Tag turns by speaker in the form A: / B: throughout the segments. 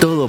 A: Todo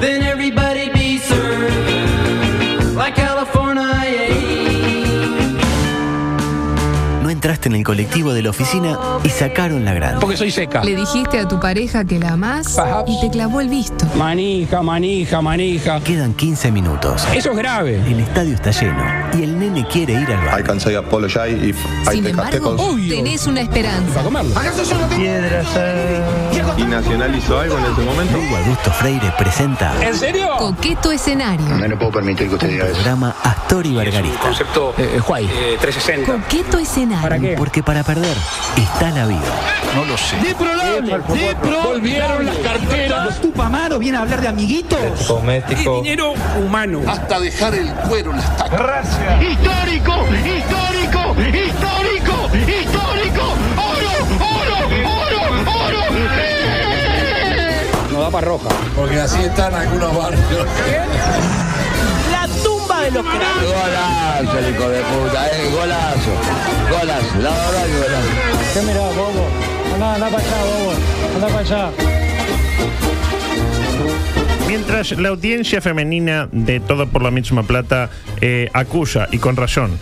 B: Then everybody be served like California.
A: No entraste en el colectivo de la oficina y sacaron la grande.
C: Porque soy seca.
D: Le dijiste a tu pareja que la amás
C: Perhaps.
D: y te clavó el visto.
C: Manija, manija, manija.
A: Quedan 15 minutos.
C: Eso es grave.
A: El estadio está lleno y el nene quiere ir al
E: I
A: bar.
E: can say apologize if I
D: Sin
E: take a
D: embargo, oh,
E: second.
C: Obvio.
D: tenés una esperanza.
C: Para comerlo.
E: ¿Y Nacional hizo algo en ese momento?
A: Hugo Augusto Freire presenta
C: ¿En serio?
D: Coqueto escenario.
F: No puedo permitir
G: Este
F: que usted diga eso.
A: programa Astor y Bargarista.
H: Concepto eh,
C: Juay.
H: eh, 360.
D: Coqueto
C: ¿Para
D: escenario.
C: qué?
A: Porque para perder está la vida.
C: Volvieron las carteras. ¿Los Tupamaro viene a hablar de amiguitos? Doméstico. dinero humano.
I: Hasta dejar el cuero en las tacas.
F: ¡Histórico! ¡Histórico! ¡Histórico! ¡Histórico! ¡Oro! ¡Oro! ¡Oro! ¡Oro!
C: No da para roja.
I: Porque así están algunos barrios. La tumba de los Golazo, hijo de puta, eh, golazo. Golazo, la verdad que golazo.
C: ¿Qué mirá, bobo? Anda, anda para allá, bobo. Anda para allá.
G: Mientras la audiencia femenina de Todo por la misma plata eh, acusa, y con razón,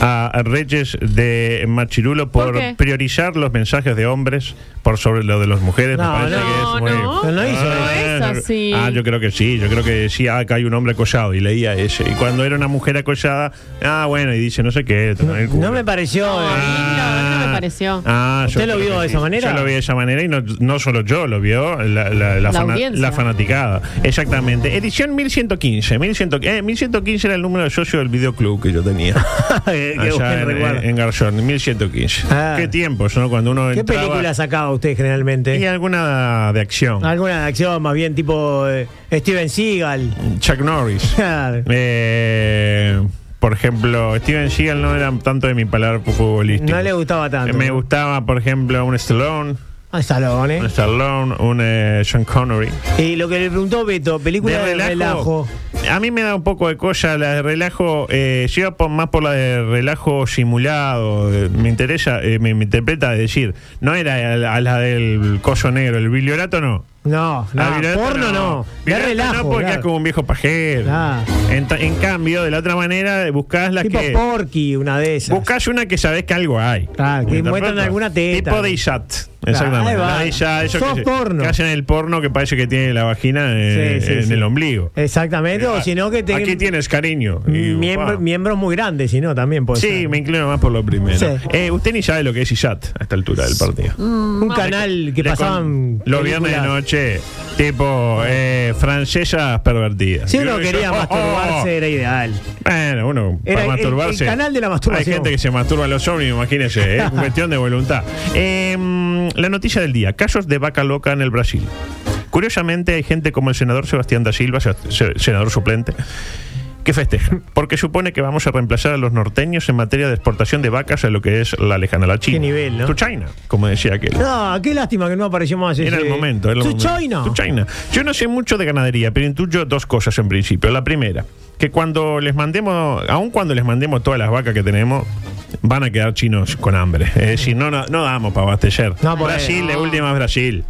G: a a Reyes de Machirulo por,
J: qué?
G: priorizar los mensajes de hombres por sobre lo de las mujeres,
C: No,
G: me parece
C: no,
G: que es muy...
J: no. Pero
C: no hizo
G: Ah,
J: eso. No es así.
G: Ah, yo creo que sí, yo creo que decía, ah, acá hay un hombre acollado, y leía ese. Y cuando era una mujer acollada, ah, bueno, y dice, no sé qué. toma el culo.
C: No me pareció. eh.
J: No, no me pareció.
G: Ah, yo
C: ¿Usted lo
G: creo
C: vio
G: que
C: de esa manera?
G: Yo lo vi de esa manera y no, no solo yo lo vio, la, la- la
J: La
G: fana-
J: audiencia.
G: la fanaticada. Exactamente. Edición 1115. 1115, eh, 1115 era el número de socio del videoclub que yo tenía.
C: Eh, qué buen
G: allá en,
C: recuerdo.
G: en Garzón, 1115.
C: Ah.
G: Qué tiempos, ¿no? Cuando uno
C: ¿Qué
G: entraba-
C: película Ah. sacaba usted generalmente?
G: Y alguna de acción.
C: Alguna de acción más bien tipo eh, Steven Seagal. Ah,
G: Chuck Norris.
C: Claro.
G: Eh, por ejemplo, Steven Seagal no era tanto de mi palabra futbolístico.
C: No le gustaba
G: Eh,
C: tanto.
G: Me gustaba, por ejemplo, un Stallone.
C: Ah, salón, ¿eh?
G: Un Stallone, un eh, Sean Connery.
C: Y lo que le preguntó Beto, película de, relajo.
G: A mí me da un poco de cosa la de relajo. Eh, yo iba por- más por la de relajo simulado. eh, me interesa, eh, me, me interpreta de decir. No era a la, a la del coso negro, el biliorato no.
C: No, no,
G: La Ah, Violeta
C: porno no. De
G: Violeta
C: relajo.
G: no, porque
C: claro.
G: es como un viejo pajero.
C: Claro.
G: En, ta- en cambio, de la otra manera, buscás las
C: Tipo
G: que.
C: Porky, una de esas.
G: Buscás una que sabés que algo hay.
C: Claro, que
G: ¿Me interpreto?
C: muestran alguna teta.
G: Tipo de Isat. Exactamente.
C: ahí va.
G: La de Isat, eso
C: Sos
G: que, se-
C: porno.
G: que hacen el porno que parece que tiene la vagina eh,
C: Sí, sí,
G: en
C: sí.
G: el ombligo.
C: Exactamente, o si no que tengan
G: Eh, Aquí tienes cariño. Y,
C: miembro-
G: wow.
C: miembros muy grandes, si no también puede
G: Sí,
C: ser.
G: me inclino más por lo primero.
C: Sí. Mm.
G: Eh, usted ni sabe lo que es ISAT a esta altura del partido.
C: Un canal que
G: Le con-
C: pasaban
G: los viernes de
C: películas.
G: noche, tipo eh, francesas pervertidas.
C: Si
G: Y
C: uno
G: dice,
C: quería
G: "Oh, oh".
C: masturbarse era ideal.
G: Bueno, uno
C: Era
G: para
C: el-
G: masturbarse.
C: el canal de la masturbación.
G: Hay gente que se masturba a los ovnis, imagínese, es cuestión de voluntad. Eh, mm, la noticia del día: casos de vaca loca en el Brasil. Curiosamente, hay gente como el senador Sebastián da Silva, se- se- senador suplente, que festeja, porque supone que vamos a reemplazar a los norteños en materia de exportación de vacas a lo que es la lejana, la China.
C: Qué nivel, ¿no?
G: To China, como decía aquel.
C: No, qué lástima que no apareció más ese.
G: Era el momento. Era el
C: To
G: momento.
C: China.
G: To China. Yo no sé mucho de ganadería, pero intuyo dos cosas en principio. La primera, que cuando les mandemos, aun cuando les mandemos todas las vacas que tenemos, van a quedar chinos con hambre. Es decir, no, no, no damos para abastecer.
C: No, por ahí,
G: Brasil, la última es Brasil.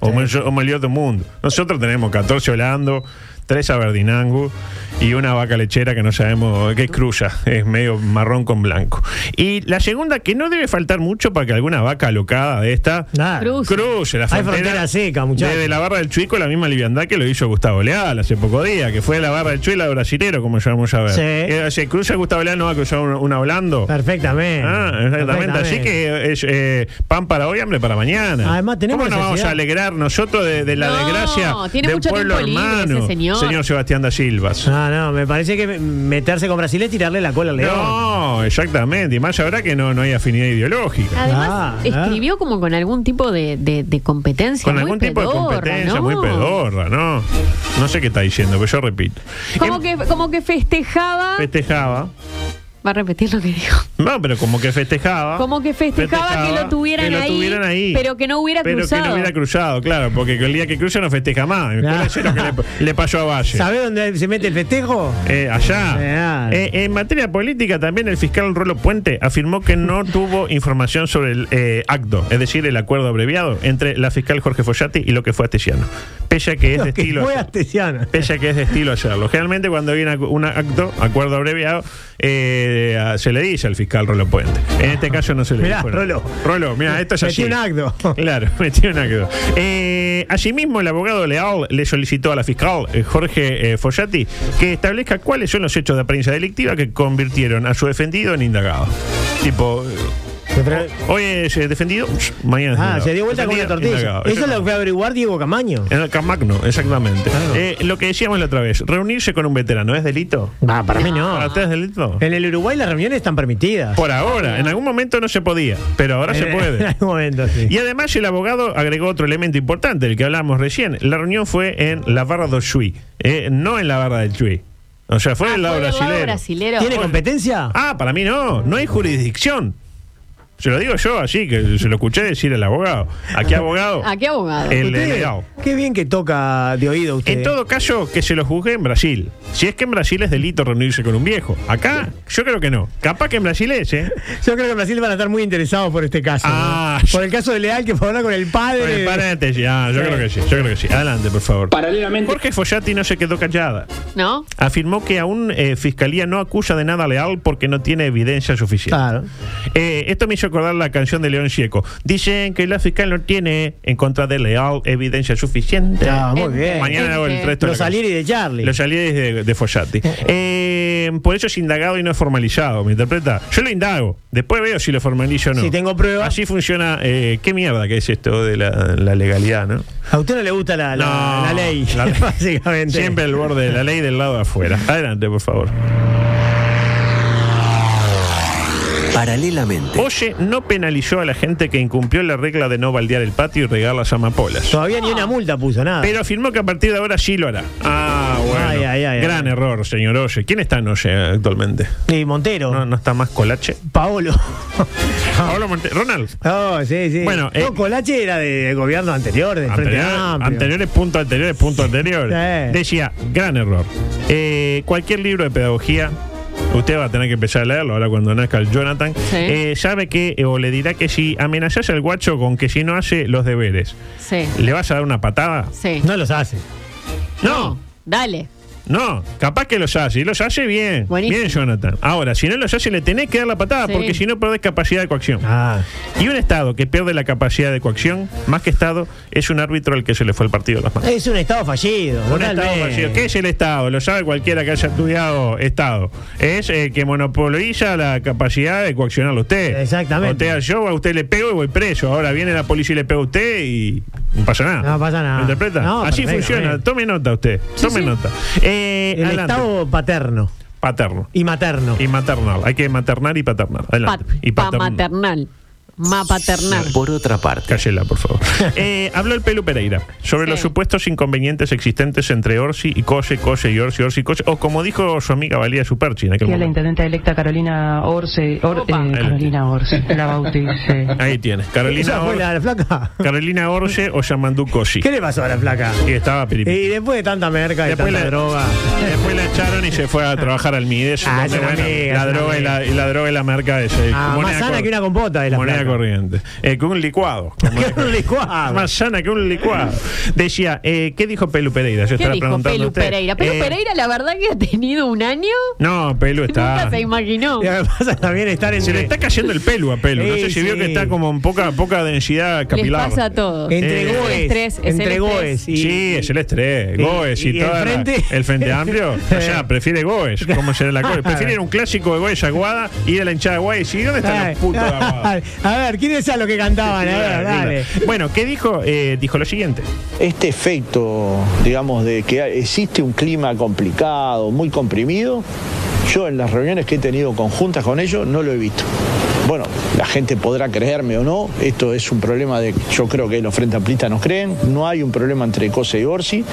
G: O mejor o mejor del mundo. Nosotros tenemos 14 Holando, 3 Aberdinango y una vaca lechera que no sabemos que es cruza, es medio marrón con blanco. Y la segunda, que no debe faltar mucho para que alguna vaca alocada de esta
C: Nada.
J: Cruz.
G: Cruce, la
C: Hay
G: frontera,
C: frontera seca, muchachos.
G: Desde la barra del Chuico, la misma liviandad que lo hizo Gustavo Leal hace poco día, que fue la barra del Chuico y la brasilero, como llamamos a ver.
C: Sí.
G: Eh, si cruza Gustavo Leal, no va a cruzar un- una Holando.
C: Perfectamente.
G: Ah, exactamente. Así que es eh, pan para hoy, hambre para mañana.
C: Además, tenemos
G: ¿Cómo nos vamos
C: necesidad?
G: a alegrar nosotros de, de la
J: No,
G: desgracia
J: tiene
G: de un
J: mucho
G: pueblo
J: tiempo libre
G: hermano,
J: ese señor.
G: Sebastián da Silvas?
C: No, no, me parece que meterse con Brasil es tirarle la cola al león.
G: No, exactamente. Y más ahora que no, no hay afinidad ideológica.
J: Además,
C: Ah, ah.
J: escribió como con algún tipo de, de- de competencia.
G: Con
J: muy
G: algún tipo de
J: pedorra,
G: competencia
J: ¿no?
G: muy pedorra, ¿no? No sé qué está diciendo, pero yo repito.
J: Como
G: Em,
J: que, como que festejaba.
G: Festejaba.
J: Va a repetir lo que dijo.
G: No, pero como que festejaba.
J: Como que festejaba que lo tuvieran
G: que lo
J: ahí,
G: tuvieran ahí,
J: pero que no hubiera
G: pero
J: cruzado.
G: que no hubiera cruzado, claro, porque el día que cruza no festeja más. En
C: Claro.
G: escuela sé lo que le, le pasó a Valle.
C: ¿Sabés dónde se mete el festejo?
G: Eh, allá.
C: Claro.
G: Eh, en materia política, también el fiscal Rolo Puente afirmó que no tuvo información sobre el eh, acto, es decir, el acuerdo abreviado entre la fiscal Jorge Follati y lo que fue Astesiano. Pese a que es de
C: Lo que
G: Este estilo. Este
C: fue Astesiano.
G: Pese a que es de estilo hacerlo. Generalmente, cuando viene un acto, acuerdo abreviado, eh, a- se le dice al fiscal Rolo Puente. En este caso no se le
C: Mirá,
G: dijo nada.
C: Rolo.
G: Rolo, mira, esto es
C: Metí
G: así.
C: un acto.
G: Claro, metió un acto. Eh, asimismo, el abogado Leal le solicitó a la fiscal eh, Jorge eh, Follati que establezca cuáles son los hechos de apariencia delictiva que convirtieron a su defendido en indagado. Tipo. eh, Hoy es eh, defendido, mañana es
C: Ah,
G: indagado.
C: se dio vuelta con una
G: Defendido,
C: tortilla.
G: indagado.
C: Eso es lo que fue a averiguar Diego Camaño.
G: En el Camagno, exactamente.
C: Claro.
G: Eh, lo que decíamos la otra vez, reunirse con un veterano, ¿es delito?
C: Va, para mí no.
G: Ah,
C: Eh.
G: ¿Para ustedes es delito?
C: En el Uruguay las reuniones están permitidas.
G: Por ahora, en algún momento no se podía, pero ahora se
C: En- En
G: puede.
C: algún momento, sí.
G: Y además el abogado agregó otro elemento importante, el que hablábamos recién. La reunión fue en la barra do Chuy, eh, no en la barra del Chuy. O sea, fue en la
J: Fue
G: barra
J: el lado
G: brasilera.
J: brasilero.
C: ¿Tiene competencia?
G: Ah, para mí no, no hay jurisdicción. Se lo digo yo así, que se lo escuché decir al abogado. ¿A qué abogado?
J: ¿A qué abogado?
G: El
C: Usted,
G: delegado.
C: Qué bien que toca de oído usted.
G: En todo caso, que se lo juzgue en Brasil. Si es que en Brasil es delito reunirse con un viejo. Acá, yo creo que no. Capaz que en Brasil es, ¿eh?
C: Yo creo que en Brasil van a estar muy interesados por este caso.
G: Ah,
C: ¿no? Por el caso de Leal que fue hablar con el padre.
G: Bueno, párate, sí. Ah, yo
C: Sí.
G: creo que sí, yo creo que sí. Adelante, por favor. Paralelamente. Jorge Follati no se quedó callada.
J: ¿No?
G: Afirmó que aún eh, Fiscalía no acusa de nada a leal porque no tiene evidencia suficiente.
C: Claro.
G: Eh, esto me hizo acordar la canción de León Sieco. Dicen que la fiscal no tiene en contra de Leal evidencia suficiente.
C: Ah, muy bien.
G: Eh,
C: Eh,
G: Mañana hago el resto de la
C: Los
G: canción.
C: Alieri de Charlie.
G: Los aliados de, de Follati. Eh, por eso es indagado y no es formalizado, ¿me interpreta? Yo lo indago, después veo si lo formalizo o no.
C: Si tengo pruebas.
G: Así funciona. eh, ¿Qué mierda que es esto de la, la legalidad, no?
C: A usted no le gusta la, la-
G: No,
C: la ley,
G: la ley.
C: básicamente.
G: Siempre el borde de la ley del lado de afuera. Adelante, por favor.
A: Paralelamente.
G: Oye no penalizó a la gente que incumplió la regla de no baldear el patio y regar las amapolas.
C: Todavía ni una multa puso, nada.
G: Pero afirmó que a partir de ahora sí lo hará. Ah, bueno.
C: Ay, ay, ay,
G: Gran
C: ay.
G: error, señor Oye. ¿Quién está en Oye actualmente?
C: Y Montero.
G: ¿No, no está más Colache?
C: Paolo. Ah.
G: Pablo Monte- Ronald.
C: oh, sí, sí.
G: Bueno, eh,
C: no, Colache era de- del gobierno anterior, del Frente
G: Anterior-
C: Amplio.
G: anteriores punto anteriores punto anterior.
C: Sí.
G: Decía, gran error. Eh, cualquier libro de pedagogía. Usted va a tener que empezar a leerlo ahora cuando nazca el Jonathan. eh, sabe que, eh, o le dirá que si amenazas al guacho con que si no hace los deberes,
J: Sí.
G: ¿le vas a dar una patada?
J: Sí.
C: No los hace.
G: No,
J: Dale.
G: no, capaz que los hace. Y los hace bien.
J: Buenísimo.
G: Bien, Jonathan. Ahora, si no los hace, le tenés que dar la patada
J: Sí.
G: porque si no perdés capacidad de coacción.
C: Ah.
G: Y un Estado que pierde la capacidad de coacción, más que Estado, es un árbitro al que se le fue el partido de las manos.
C: Es un estado fallido.
G: Un
C: totalmente.
G: Estado vacío. ¿Qué es el Estado? Lo sabe cualquiera que haya estudiado Estado. Es el que monopoliza la capacidad de coaccionarlo a usted.
C: Exactamente.
G: Usted a yo, a usted le pego y voy preso. Ahora viene la policía y le pega a usted y no pasa nada.
C: No pasa nada.
G: ¿Me interpreta?
C: No,
G: Así
C: perfecto,
G: funciona.
C: bien.
G: Tome nota usted. Tome nota. Eh,
C: El
G: adelante.
C: estado paterno
G: Paterno.
C: y materno.
G: Y maternal. Hay que maternar y paternar. Adelante.
J: Pa-
G: y
J: pa
G: patern-
J: maternal. Ma paternal.
A: Por otra parte.
G: Cállela, por favor. Eh, habló el Pelu Pereira sobre
J: Sí.
G: los supuestos inconvenientes existentes entre Orsi y Cose, Cose y Orsi, Orsi y Cose, o como dijo su amiga Valía Superchi en aquel momento.
H: intendente electa Carolina Orce,
J: Opa.
G: Carolina
H: Orce, la bauticé.
G: Ahí tienes, Carolina,
C: ¿Esa fue
G: Or-
C: la, la flaca?
G: Carolina Orse o Yamandú Cosi.
C: ¿Qué Eh. le pasó a la flaca?
G: Y estaba piripí.
C: Y después de tanta merca y
G: Después
C: tanta
G: la-
C: droga.
G: Después la echaron y se fue a trabajar al Mides.
C: Ah,
G: donde,
C: es una amiga,
G: la,
C: es una
G: droga y la,
C: amiga.
G: y la droga y la marca es eh,
C: Ah, más sana
G: cor-
C: que una compota de la
G: moneda
C: flaca.
G: corriente. Eh, con un licuado. como
C: Que un licuado.
G: Más sana que un licuado. Decía, eh, ¿qué dijo Pelu Pereira? Yo
J: ¿Qué
G: estaba
J: dijo
G: preguntando a
J: Pelu
G: usted.
J: Pereira? Pelu
G: Eh,
J: Pereira, la verdad que ha tenido un año.
G: No, Pelu está.
J: Nunca se imaginó.
C: Y lo que pasa también es estar
G: Se le
C: entre,
G: está cayendo el pelo a pelo. No
C: Sí,
G: sé si vio
C: sí.
G: que está como en poca, poca densidad
J: Les
G: capilar.
J: pasa a todos.
C: entre
G: Eh,
C: goes.
J: el estrés, es el
C: entre
J: estrés.
C: goes. Y,
G: sí, es el estrés. Goes y,
C: y el
G: toda la-
C: frente.
G: el frente amplio. O sea, prefiere Goes. ¿Cómo será la cosa? Prefiere ir a un clásico de Goes Aguada, ir a la hinchada de Aguada y decir, ¿dónde están
C: Ay,
G: los putos de Aguada?
C: a ver, ¿quiénes eran los que cantaban? A ver, dale.
G: Bueno, ¿qué dijo? Eh, dijo lo siguiente.
K: Este efecto, digamos, de que existe un clima complicado, muy comprimido, yo en las reuniones que he tenido conjuntas con ellos no lo he visto. Bueno, la gente podrá creerme o no, esto es un problema de, yo creo que los Frente Amplista nos creen, no hay un problema entre Cosa y Orsi,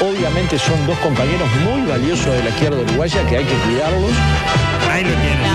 K: obviamente son dos compañeros muy valiosos de la izquierda uruguaya que hay que cuidarlos,
G: Ahí lo tiene.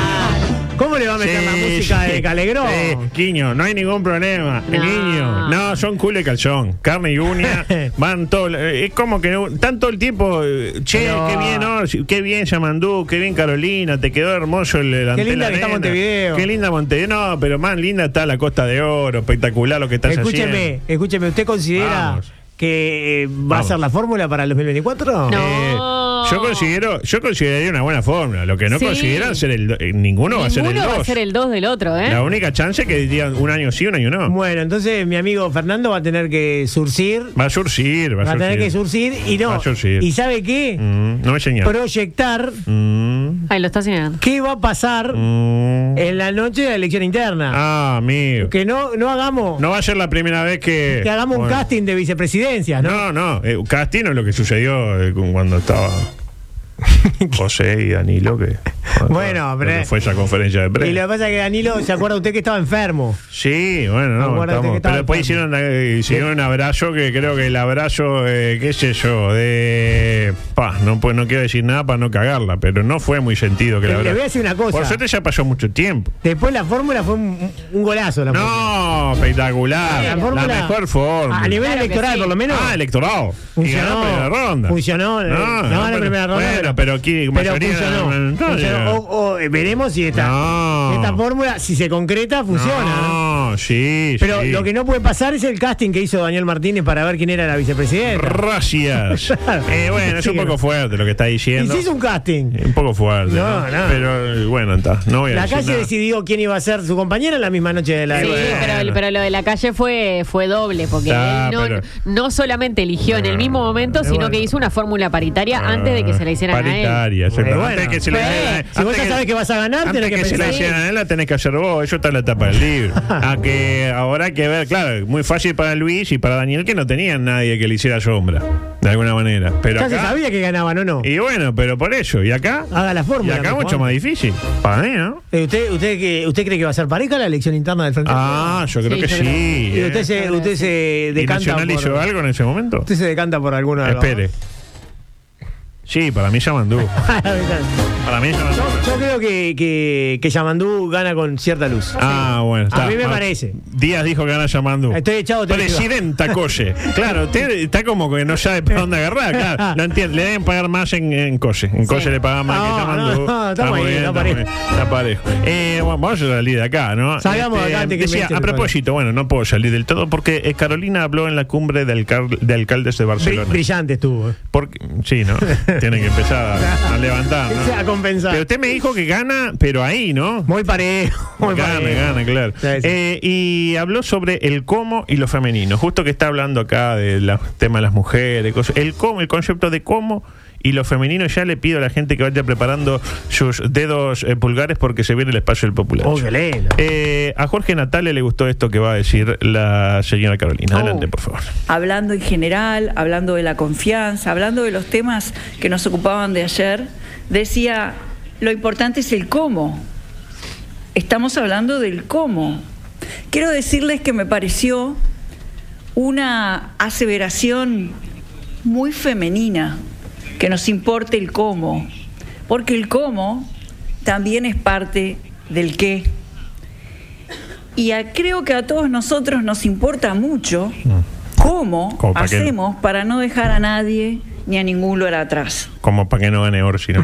C: ¿Cómo le va a meter la
G: Sí,
C: música
G: sí.
C: de Calegrón?
G: Sí, Quiño, no hay ningún problema.
J: No.
G: Niño, no, son culo y calzón. Carne y uña. van todo. eh, Es como que no- están todo el tiempo. eh, Che,
C: Pero-
G: qué bien, Orsi, qué bien, Yamandú, qué bien, Carolina. Te quedó hermoso el delantero.
C: linda que está Montevideo.
G: Qué linda Montevideo. No, pero más linda está la Costa de Oro. Espectacular lo que estás
C: Escúcheme,
G: haciendo.
C: escúcheme, ¿usted considera
G: Vamos.
C: que eh, va
G: Vamos.
C: a ser la fórmula para el 2024?
J: No.
G: Eh, yo considero, yo consideraría una buena fórmula. Lo que no
J: Sí.
G: consideran ser el do- eh, ninguno, va a ser el
J: Ninguno va a
G: dos.
J: ser el 2 del otro, ¿eh?
G: La única chance es que dirían un año sí, un año no.
C: Bueno, entonces mi amigo Fernando va a tener que surcir,
G: Va a surgir, va a
C: va a
G: surgir.
C: tener que surcir y
G: Va
C: no.
G: a surgir.
C: ¿Y sabe qué?
G: Mm, no me señala.
C: Proyectar
G: Mm,
J: Ahí lo está señalando.
C: qué va a pasar
G: mm.
C: en la noche de la elección interna.
G: Ah, amigo.
C: Que no, no hagamos,
G: No va a ser la primera vez que.
C: que hagamos un
G: Bueno.
C: casting de vicepresidencias, ¿no?
G: No, no. eh, Castino es lo que sucedió eh, con- cuando estaba José y Danilo. Que, cuando-
C: Bueno,
G: lo
C: pero-
G: que Fue esa conferencia de prensa.
C: Y lo que pasa es que Danilo, ¿se acuerda usted que estaba enfermo?
G: Sí, bueno, no,
C: Acuérdate
G: estamos-
C: que
G: pero
C: estaba
G: después hicieron,
C: enfermo.
G: eh, hicieron un abrazo que creo que el abrazo, eh, qué sé yo, de... Pa, no, pues, no quiero decir nada para no cagarla, pero no fue muy sentido que el
C: Le- le
G: abrazo...
C: voy a decir una cosa.
G: Por suerte ya pasó mucho tiempo.
C: Después la fórmula fue un, un golazo. La fórmula.
G: No, espectacular.
C: La
G: La,
C: fórmula-
G: mejor forma.
C: A a nivel
J: Claro que
C: electoral,
J: sí.
C: por lo menos.
G: Ah, electorado. y ganó
C: Funcionó.
G: la primera ronda.
C: Funcionó. eh,
G: No,
C: No, en la
G: pero-
C: primera ronda.
G: Bueno, pero aquí
C: pero
G: mayoría-
C: funcionó.
G: no,
C: Funcionó.
G: no.
C: O- o, eh, veremos si esta,
G: No.
C: esta fórmula, si se concreta, funciona. ¿no?
G: No, sí,
C: Pero
G: sí.
C: lo que no puede pasar es el casting que hizo Daniel Martínez para ver quién era la vicepresidenta.
G: Gracias. Eh, bueno, es
C: Sí
G: un
C: que
G: poco
C: no.
G: fuerte lo que está
C: Y
G: diciendo.
C: se hizo un casting.
G: Un poco fuerte.
C: No,
G: ¿no?
C: no.
G: Pero eh, bueno, está. No voy a
C: La
G: decir
C: calle
G: nada.
C: decidió quién iba a ser su compañera en la misma noche de la. Eh,
J: Sí,
G: bueno.
J: pero, el- pero lo de la calle fue, fue doble, porque
G: Ah,
J: él no,
G: pero- Ah,
J: no solamente eligió en el mismo momento,
C: pero
J: sino
C: bueno.
J: que hizo una fórmula paritaria antes de que se la hicieran a él.
G: Paritaria, exacto.
C: Bueno,
G: Antes que se la
J: pues,
G: hicieran a él-
C: si vos
G: antes
C: ya sabés que vas a ganar,
G: antes
C: tenés
G: que,
C: que
G: se la
C: pensar.
G: hicieran a él, la tenés que hacer vos. Eso está en la etapa del libro. a que ahora hay que ver, claro, muy fácil para Luis y para Daniel que no tenían nadie que le hiciera sombra, de alguna manera. Pero
C: Ya se
G: acá,
C: sabía que ganaban, ¿o no?
G: y bueno, pero por eso. Y acá,
C: Haga la
G: y
C: fórmula.
G: acá
C: por
G: mucho
C: favor.
G: más difícil. Para mí, ¿no?
C: Eh, ¿Usted, usted, que- ¿Usted cree que va a ser pareja la elección interna del Frente
G: Ah, yo creo
J: Sí,
G: que
J: yo
G: sí.
J: creo.
C: Amplio? ¿Y
G: ¿eh?
C: usted se, usted se
G: ¿Y
C: decanta
G: Nacional
C: por,
G: hizo algo en ese momento?
C: ¿Usted se decanta por alguno de los
G: Espere. Sí, para mí Yamandú.
C: dos?
G: Para mí Yamandú.
C: Yo creo que, que, que Yamandú gana con cierta luz.
G: Ah, bueno.
C: A mí me parece.
G: Díaz dijo que gana Yamandú.
C: Estoy echado, te
G: Presidenta Coche. Claro, usted está como que no sabe para dónde agarrar. Claro, no entiendo. Le deben pagar más en, en Coche. En Coche le pagan más que
C: No,
G: Yamandú.
C: no, no, estamos
G: muy
C: ahí,
G: bien,
C: está
G: está
C: parejo.
G: muy bien. Está parejo. Eh, bueno, vamos a salir de acá, ¿no? Este,
C: Salgamos de acá antes que me
G: decía,
C: echen
G: A
C: el
G: propósito, bueno, no puedo salir del todo porque eh, Carolina habló en la cumbre de, alcal- de alcaldes de
C: Bri-
G: Barcelona. Ah.
C: brillante estuvo. eh.
G: Porque, sí, ¿no? Tienen que empezar a, a levantar, ¿no?
C: A compensar.
G: Pero usted me dijo que gana, pero ahí, ¿no?
C: Muy parejo. Muy
G: gana,
C: parejo.
G: gana, claro.
C: Sí, sí.
G: Eh, y habló sobre el cómo y lo femenino. Justo que está hablando acá del tema de las mujeres, cosas. El cómo, el concepto de cómo y lo femenino. Ya le pido a la gente que vaya preparando sus dedos eh, pulgares porque se viene el espacio del popular.
C: Oh, qué lindo.
G: Eh, a Jorge Natale le gustó esto que va a decir la señora Carolina. Adelante, por favor.
L: hablando en general, hablando de la confianza, hablando de los temas que nos ocupaban de ayer, decía, lo importante es el cómo. Estamos hablando del cómo. Quiero decirles que me pareció una aseveración muy femenina, que nos importe el cómo, porque el cómo también es parte del qué. Y a- creo que a todos nosotros nos importa mucho cómo
G: Mm, Como para que-
L: hacemos para no dejar a nadie ni a ningún lugar atrás.
G: Como para que no gane Orsi, ¿no?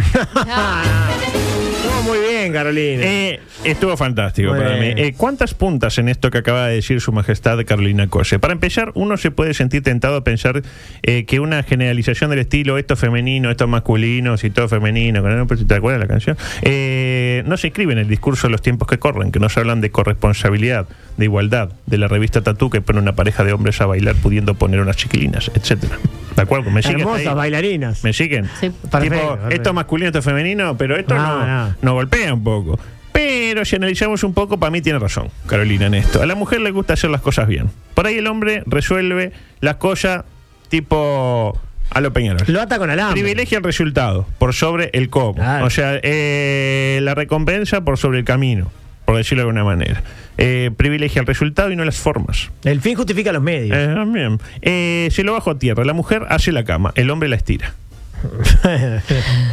C: Estuvo muy bien, Carolina.
G: Eh, estuvo fantástico
C: Muy
G: para mí.
C: bien.
G: Eh, ¿Cuántas puntas en esto que acaba de decir su majestad Carolina Cose? Para empezar, uno se puede sentir tentado a pensar eh, que una generalización del estilo, esto es femenino, esto es masculino, si todo es femenino, ¿no? Pero si ¿te acuerdas la canción? Eh, no se escribe en el discurso de los tiempos que corren, que nos hablan de corresponsabilidad, de igualdad, de la revista Tatú que pone una pareja de hombres a bailar pudiendo poner unas chiquilinas, etcétera. ¿De acuerdo? ¿Me siguen
C: Hermosas
G: ahí?
C: bailarinas.
G: ¿Me siguen?
J: Sí.
C: Perfecto,
G: Tipo,
C: perfecto. Ah,
G: esto es masculino, esto es femenino, pero esto
C: No,
G: no,
C: no.
G: nos golpea un poco. Pero si analizamos un poco, para mí tiene razón Carolina en esto. A la mujer le gusta hacer las cosas bien. Por ahí el hombre resuelve las cosas tipo a lo Peñarol.
C: Lo ata con alambre.
G: Privilegia el resultado por sobre el cómo.
C: Claro.
G: O sea, eh, la recompensa por sobre el camino, por decirlo de alguna manera. Eh, privilegia el resultado y no las formas.
C: El fin justifica los medios.
G: Eh, también. Eh, se lo bajo a tierra. La mujer hace la cama, el hombre la estira.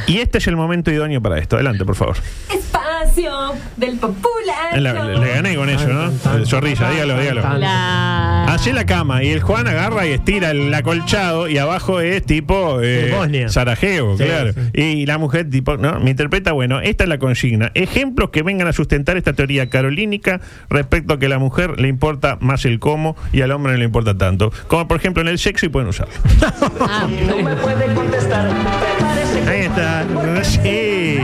G: Y este es el momento idóneo para esto. Adelante, por favor.
B: It's fácil.
M: canción del popular.
G: La- le, le gané con eso, ¿no? El Zorrilla, dígalo, dígalo.
M: La-
G: Hace la cama y el Juan agarra y estira el acolchado y abajo es tipo eh,
C: Sí, Bosnia.
G: Sarajevo,
C: Sí,
G: claro. Y la mujer tipo, no, me interpreta, bueno, esta es la consigna. Ejemplos que vengan a sustentar esta teoría carolínica respecto a que a la mujer le importa más el cómo y al hombre no le importa tanto. Como por ejemplo en el sexo y pueden usarlo. Ah,
M: No me puede contestar.
G: Ahí está. Sí.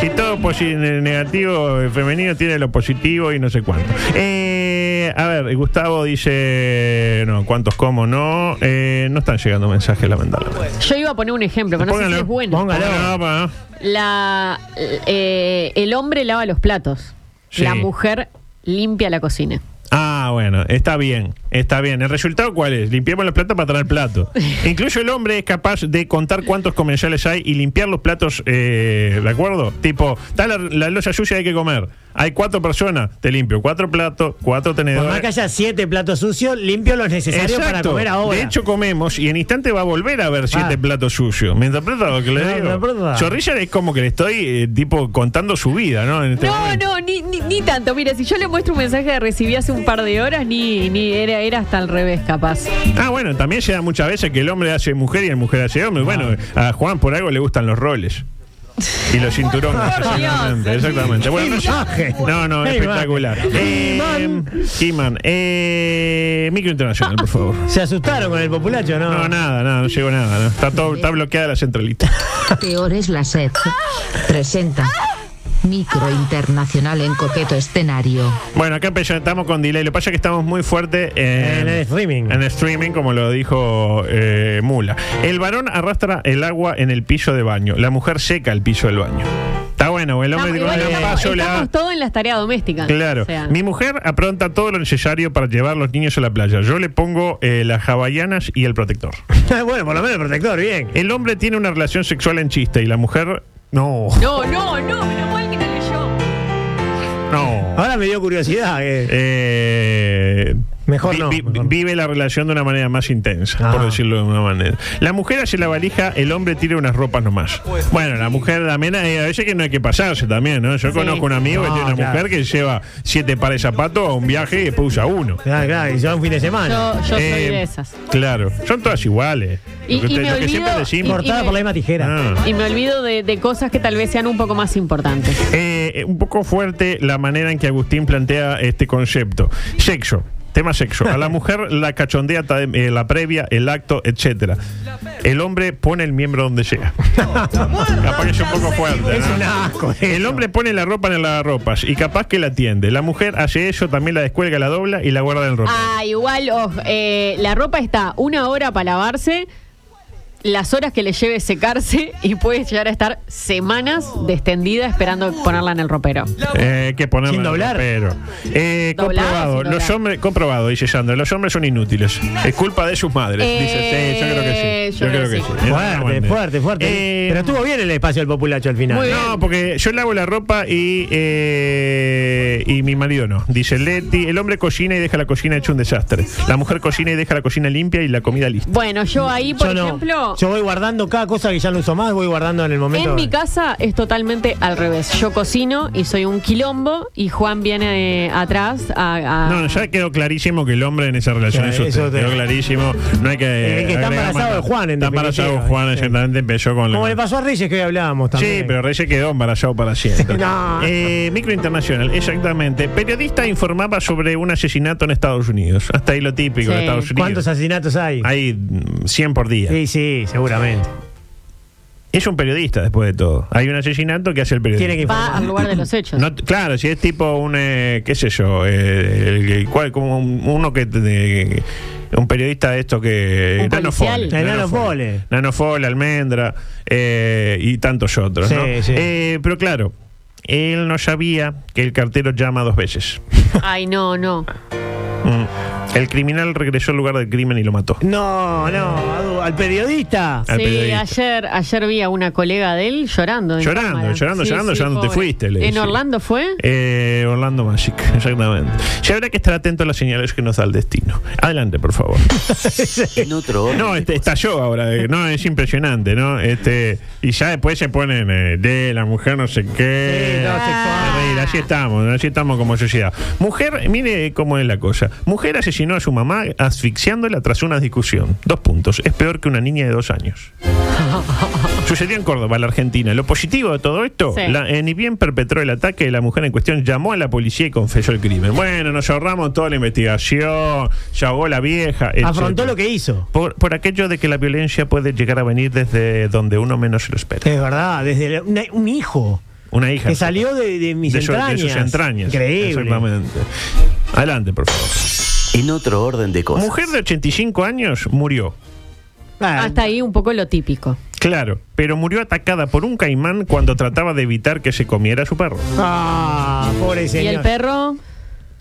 G: Si todo posi- negativo eh, femenino tiene lo positivo y no sé cuánto. Eh, a ver, Gustavo dice, no, cuántos como no. Eh, no están llegando mensajes, lamentablemente.
J: Yo iba a poner un ejemplo, pero no sé si es bueno.
G: Póngalo, pa.
J: La, eh, el hombre lava los platos.
G: Sí.
J: La mujer limpia la cocina.
G: Ah, bueno, está bien, está bien. ¿El resultado cuál es? Limpiamos los platos para traer plato. Incluso el hombre es capaz de contar cuántos comensales hay y limpiar los platos, eh, ¿de acuerdo? Tipo, está la, la losa sucia, hay que comer. Hay cuatro personas, te limpio cuatro platos, cuatro
C: Por más que
G: tenedores.
C: haya siete platos sucios, limpio los necesarios para
G: Eh, Exacto.
C: comer ahora.
G: De hecho, comemos y en instante va a volver a este haber siete platos sucios. ¿Me interpreta lo que le
C: No, me
G: digo?
C: interpreta.
G: Zorrilla es como que le estoy, eh, tipo, contando su vida, ¿no? En este
J: No,
G: momento.
J: no, ni, ni, ni tanto. Mira, si yo le muestro un mensaje que recibí hace un par de horas, ni, ni era, era hasta al revés, capaz.
G: Ah, bueno, también se da muchas veces que el hombre hace mujer y la mujer hace hombre. Bueno,
C: Ah.
G: a Juan por algo le gustan los roles. Y los cinturones,
J: Por Dios.
G: exactamente. exactamente. Bueno, no, sé.
C: Imagen.
G: no, no,
C: Qué
G: espectacular.
C: imagen.
G: Eh, He-Man, eh, micro internacional, por favor.
C: Se asustaron con el populacho, ¿no?
G: No, nada, nada, no llegó nada. ¿no? Está, todo, está bloqueada la centralita.
D: Peor es la sed. Presenta. Micro internacional en coqueto escenario.
G: Bueno, acá empezó- estamos con delay. Lo que pasa es que estamos muy fuerte en,
C: En el streaming.
G: en streaming, como lo dijo eh, Mula. El varón arrastra el agua en el piso de baño. La mujer seca el piso del baño. Está bueno, el
J: Estamos,
G: hombre que va
J: igual
G: de
J: estamos-
G: paso le da-
J: estamos todos en las tareas domésticas.
G: Claro.
J: O sea,
G: Mi mujer apronta todo lo necesario para llevar los niños a la playa. Yo le pongo eh, las hawaianas y el protector.
C: bueno, por lo menos el protector, bien.
G: El hombre tiene una relación sexual en chiste y la mujer. No.
J: No, no, no, menos mal que no leyó.
G: No.
C: Ahora me dio curiosidad. eh.
G: Eh,
C: Mejor
G: vi-
C: no,
G: vi-
C: mejor no.
G: Vive la relación de una manera más intensa,
C: Ah.
G: por decirlo de una manera. La mujer hace la valija, el hombre tira unas ropas nomás. Bueno, la mujer también, eh, a veces que no hay que pasarse también, ¿no? Yo conozco un amigo que
C: No,
G: tiene una
C: claro.
G: mujer que lleva siete pares de zapatos a un viaje y después usa uno.
C: Claro, Ah, claro, y ya un fin de semana.
J: Yo, yo soy
G: Eh,
J: de esas.
G: Claro, son todas iguales.
J: Y-
G: Lo que
J: y
G: usted-
J: me
G: lo que
J: olvido-
G: siempre decimos.
J: y- y
C: Cortada
J: me-
C: por la misma tijera.
G: Ah.
J: Y me olvido de, de cosas que tal vez sean un poco más importantes.
G: Eh, eh, un poco fuerte la manera en que Agustín plantea este concepto. Sexo. Tema sexo. A la mujer la cachondea ta- eh, la previa, el acto, etcétera. El hombre pone el miembro donde sea. capaz que es un poco fuerte.
C: Es
G: ¿no?
C: un asco.
G: El hombre pone la ropa en el lavarropas y capaz que la tiende. La mujer hace eso, también la descuelga, la dobla y la guarda en el ropa.
J: Ah, igual, oh, eh, la ropa está una hora para lavarse, las horas que le lleve secarse y puede llegar a estar semanas destendida esperando ponerla en el ropero.
G: Eh, que ponerla
C: Sin
G: en el
C: doblar.
G: ropero. Eh,
J: Doblar,
G: comprobado,
J: sin doblar.
G: los hombres, comprobado, dice Sandra, los hombres son inútiles. Es culpa de sus madres.
J: Eh,
G: dice, sí, yo creo que sí. Yo,
J: yo
G: creo que sí. Es una
C: Fuerte,
G: buena.
C: fuerte, fuerte.
G: Eh,
C: Pero estuvo bien el espacio del populacho al final.
J: Muy bien.
G: no, porque yo lavo la ropa y, eh, y mi marido no. Dice Leti, el hombre cocina y deja la cocina hecho un desastre. La mujer cocina y deja la cocina limpia y la comida lista.
J: Bueno, yo ahí, por
C: Yo no.
J: ejemplo,
C: Yo voy guardando cada cosa que ya no uso más, voy guardando en el momento.
J: en mi casa es totalmente al revés. Yo cocino y soy un quilombo y Juan viene eh, atrás a... a-
G: No, ya quedó clarísimo que el hombre en esa relación
C: Ya,
G: es usted.
C: eso te-
G: Quedó clarísimo. No hay que.
C: El que está
G: agregar más
C: embarazado
G: nada.
C: es Juan, en
G: Está embarazado
C: definitiva,
G: Juan,
C: sí.
G: exactamente. Empezó con la-
C: Como le pasó a Reyes que hoy hablábamos también.
G: Sí, pero Reyes quedó embarazado para siempre.
C: No.
G: Eh, Micro Internacional, exactamente. Periodista informaba sobre un asesinato en Estados Unidos. Hasta ahí lo típico de
J: Sí.
G: Estados Unidos.
C: ¿Cuántos asesinatos hay?
G: Hay mm, 100 por día.
C: Sí, sí, seguramente.
G: Es un periodista después de todo. Hay un asesinato que hace el periodista.
C: Tiene que
J: va al
C: informar.
J: lugar de los hechos.
G: No, claro, si es tipo un, eh, qué sé yo, eh, el- el cual- como un- uno que... eh, un periodista de estos que...
J: Un policial.
G: Nanofole,
C: El
G: Nanofole.
C: Nanofole.
G: Nanofole, Almendra eh, y tantos otros.
C: Sí,
G: ¿no?
C: sí.
G: Eh, pero claro, él no sabía que el cartero llama dos veces.
J: Ay, no, no.
G: Mm. El criminal regresó al lugar del crimen y lo mató.
C: No, no, Papu, al periodista.
J: Sí, ayer, ayer vi a una colega de él llorando. en
G: Llorando,
J: cámara.
G: llorando,
J: Sí,
G: llorando,
J: sí,
G: llorando. Te
J: pobre.
G: fuiste, le
J: ¿En
G: decía.
J: Orlando fue?
G: Eh, Orlando Magic, exactamente. Sí, habrá que estar atento a las señales que nos da el destino. Adelante, por favor.
A: En otro orden.
G: No, este, estalló ahora. eh, No, es impresionante, ¿no? Este, y ya después se ponen eh, de la mujer no sé qué. A reír, Así estamos, así estamos como sociedad. Mujer, mire cómo es la cosa. Mujer asesinó a su mamá asfixiándola tras una discusión. Dos puntos. Es peor que una niña de dos años. Sucedió en Córdoba, la Argentina. Lo positivo de todo esto,
J: Sí.
G: la- eh, ni bien perpetró el ataque, la mujer en cuestión llamó a la policía y confesó el crimen. Bueno, nos ahorramos toda la investigación, se ahogó la vieja.
C: Afrontó
G: etcétera.
C: lo que hizo.
G: Por, por aquello de que la violencia puede llegar a venir desde donde uno menos se lo espera.
C: Es verdad, desde la- una- un hijo
G: Una hija.
C: que salió de, de mis
G: de, su- de
C: entrañas.
G: sus entrañas.
C: Increíble.
G: Exactamente. Adelante, por favor.
A: En otro orden de cosas.
G: Mujer de 85 años murió.
J: Hasta ahí un poco lo típico.
G: Claro, pero murió atacada por un caimán cuando trataba de evitar que se comiera a su perro.
C: Ah, pobre
J: Y
C: señor.
J: el perro,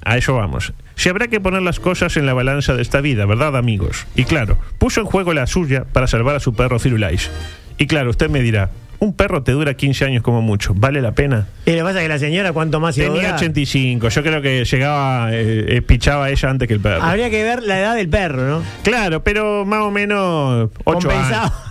G: A eso vamos. Se habrá que poner las cosas en la balanza de esta vida, ¿verdad, amigos? Y claro, puso en juego la suya para salvar a su perro Firulais. Y claro, usted me dirá, un perro te dura 15 años como mucho, ¿vale la pena?
C: Y lo que pasa es que la señora, cuánto más iba a
G: Tenía
C: durar?
G: 85, yo creo que llegaba, eh, eh, pichaba ella antes que el perro.
C: Habría que ver la edad del perro, ¿no?
G: Claro, pero más o menos 8 años. Eh,
C: Compensado.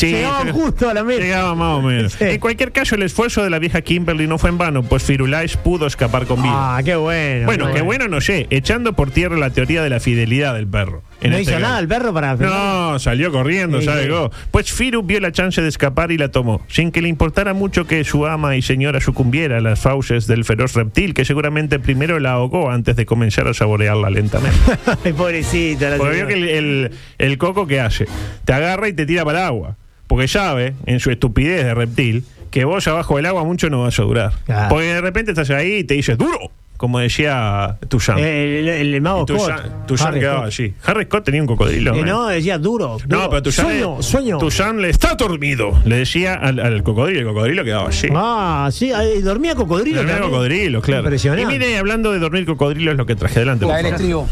C: Llegaban justo a la meta.
G: Llegaba más o menos.
C: Sí.
G: En cualquier caso, el esfuerzo de la vieja Kimberly no fue en vano, pues Firulais pudo escapar con vida.
C: Ah, qué bueno.
G: Bueno, qué bueno, no sé, echando por tierra la teoría de la fidelidad del perro. En
C: No
G: este
C: hizo
G: caso.
C: nada el perro para.
G: No, salió corriendo,
C: Sí,
G: ¿sabe?
C: sí.
G: go? Pues Firu vio la chance de escapar y la tomó, sin que le importara mucho que su ama y señora sucumbiera a las fauces del feroz reptil, que seguramente primero la ahogó antes de comenzar a saborearla lentamente.
C: Ay, pobrecita la
G: Porque vio
C: señora.
G: que el, el- el coco que hace, te agarra y te tira para el agua. Porque sabe, en su estupidez de reptil, que vos abajo del agua mucho no vas a durar.
C: Claro.
G: Porque de repente estás ahí y te dices, duro, como decía tu
C: El, el- el mago Eh, Scott.
G: Tuyan
C: Harry
G: quedaba
C: Scott.
G: así. Harry Scott tenía un cocodrilo.
C: Eh,
G: ¿eh?
C: no, decía duro.
G: No,
C: duro.
G: pero Tuyan
C: Sueño,
G: le,
C: sueño.
G: Tuyan le está dormido. Le decía al, al cocodrilo. El cocodrilo quedaba así.
C: Ah, sí, ahí dormía cocodrilo.
G: Dormía
C: también.
G: cocodrilo, claro.
C: Impresionante.
G: Y mire, hablando de dormir cocodrilo es lo que traje adelante. por favor.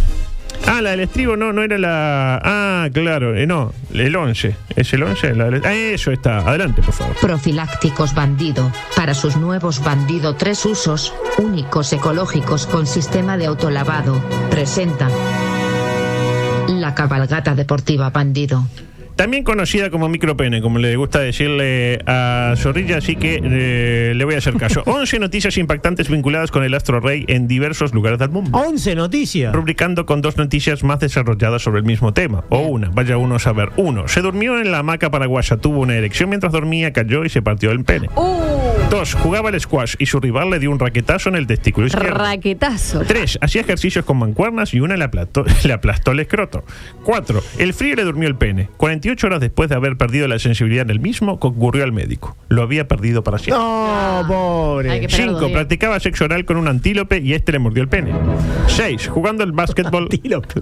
G: Ah, la del estribo no, no era la. Ah, claro, eh, no, el 11. ¿Es el 11? La del- Ah, eso está. Adelante, por favor.
D: Profilácticos bandido. Para sus nuevos bandido tres usos, únicos ecológicos con sistema de autolavado, presenta. La cabalgata deportiva bandido.
G: También conocida como micropene, como le gusta decirle a Zorrilla, así que eh, le voy a hacer caso. 11 noticias impactantes vinculadas con el Astro Rey en diversos lugares del mundo.
C: 11 noticias.
G: Rubricando con dos noticias más desarrolladas sobre el mismo tema. O una, vaya uno a saber. Uno, se durmió en la hamaca paraguaya, tuvo una erección mientras dormía, cayó y se partió el pene. Dos, jugaba al squash y su rival le dio un raquetazo en el testículo izquierdo.
J: raquetazo.
G: Tres, Hacía ejercicios con mancuernas y una le aplastó, le aplastó el escroto. 4. El frío le durmió el pene. 48 horas después de haber perdido la sensibilidad en el mismo, concurrió al médico. Lo había perdido para siempre.
C: No,
J: Hay
C: pobre.
J: que esperar
G: 5.
J: dos días.
G: Practicaba sexo oral con un antílope y este le mordió el pene. 6. Jugando al básquetbol.
C: Antílope.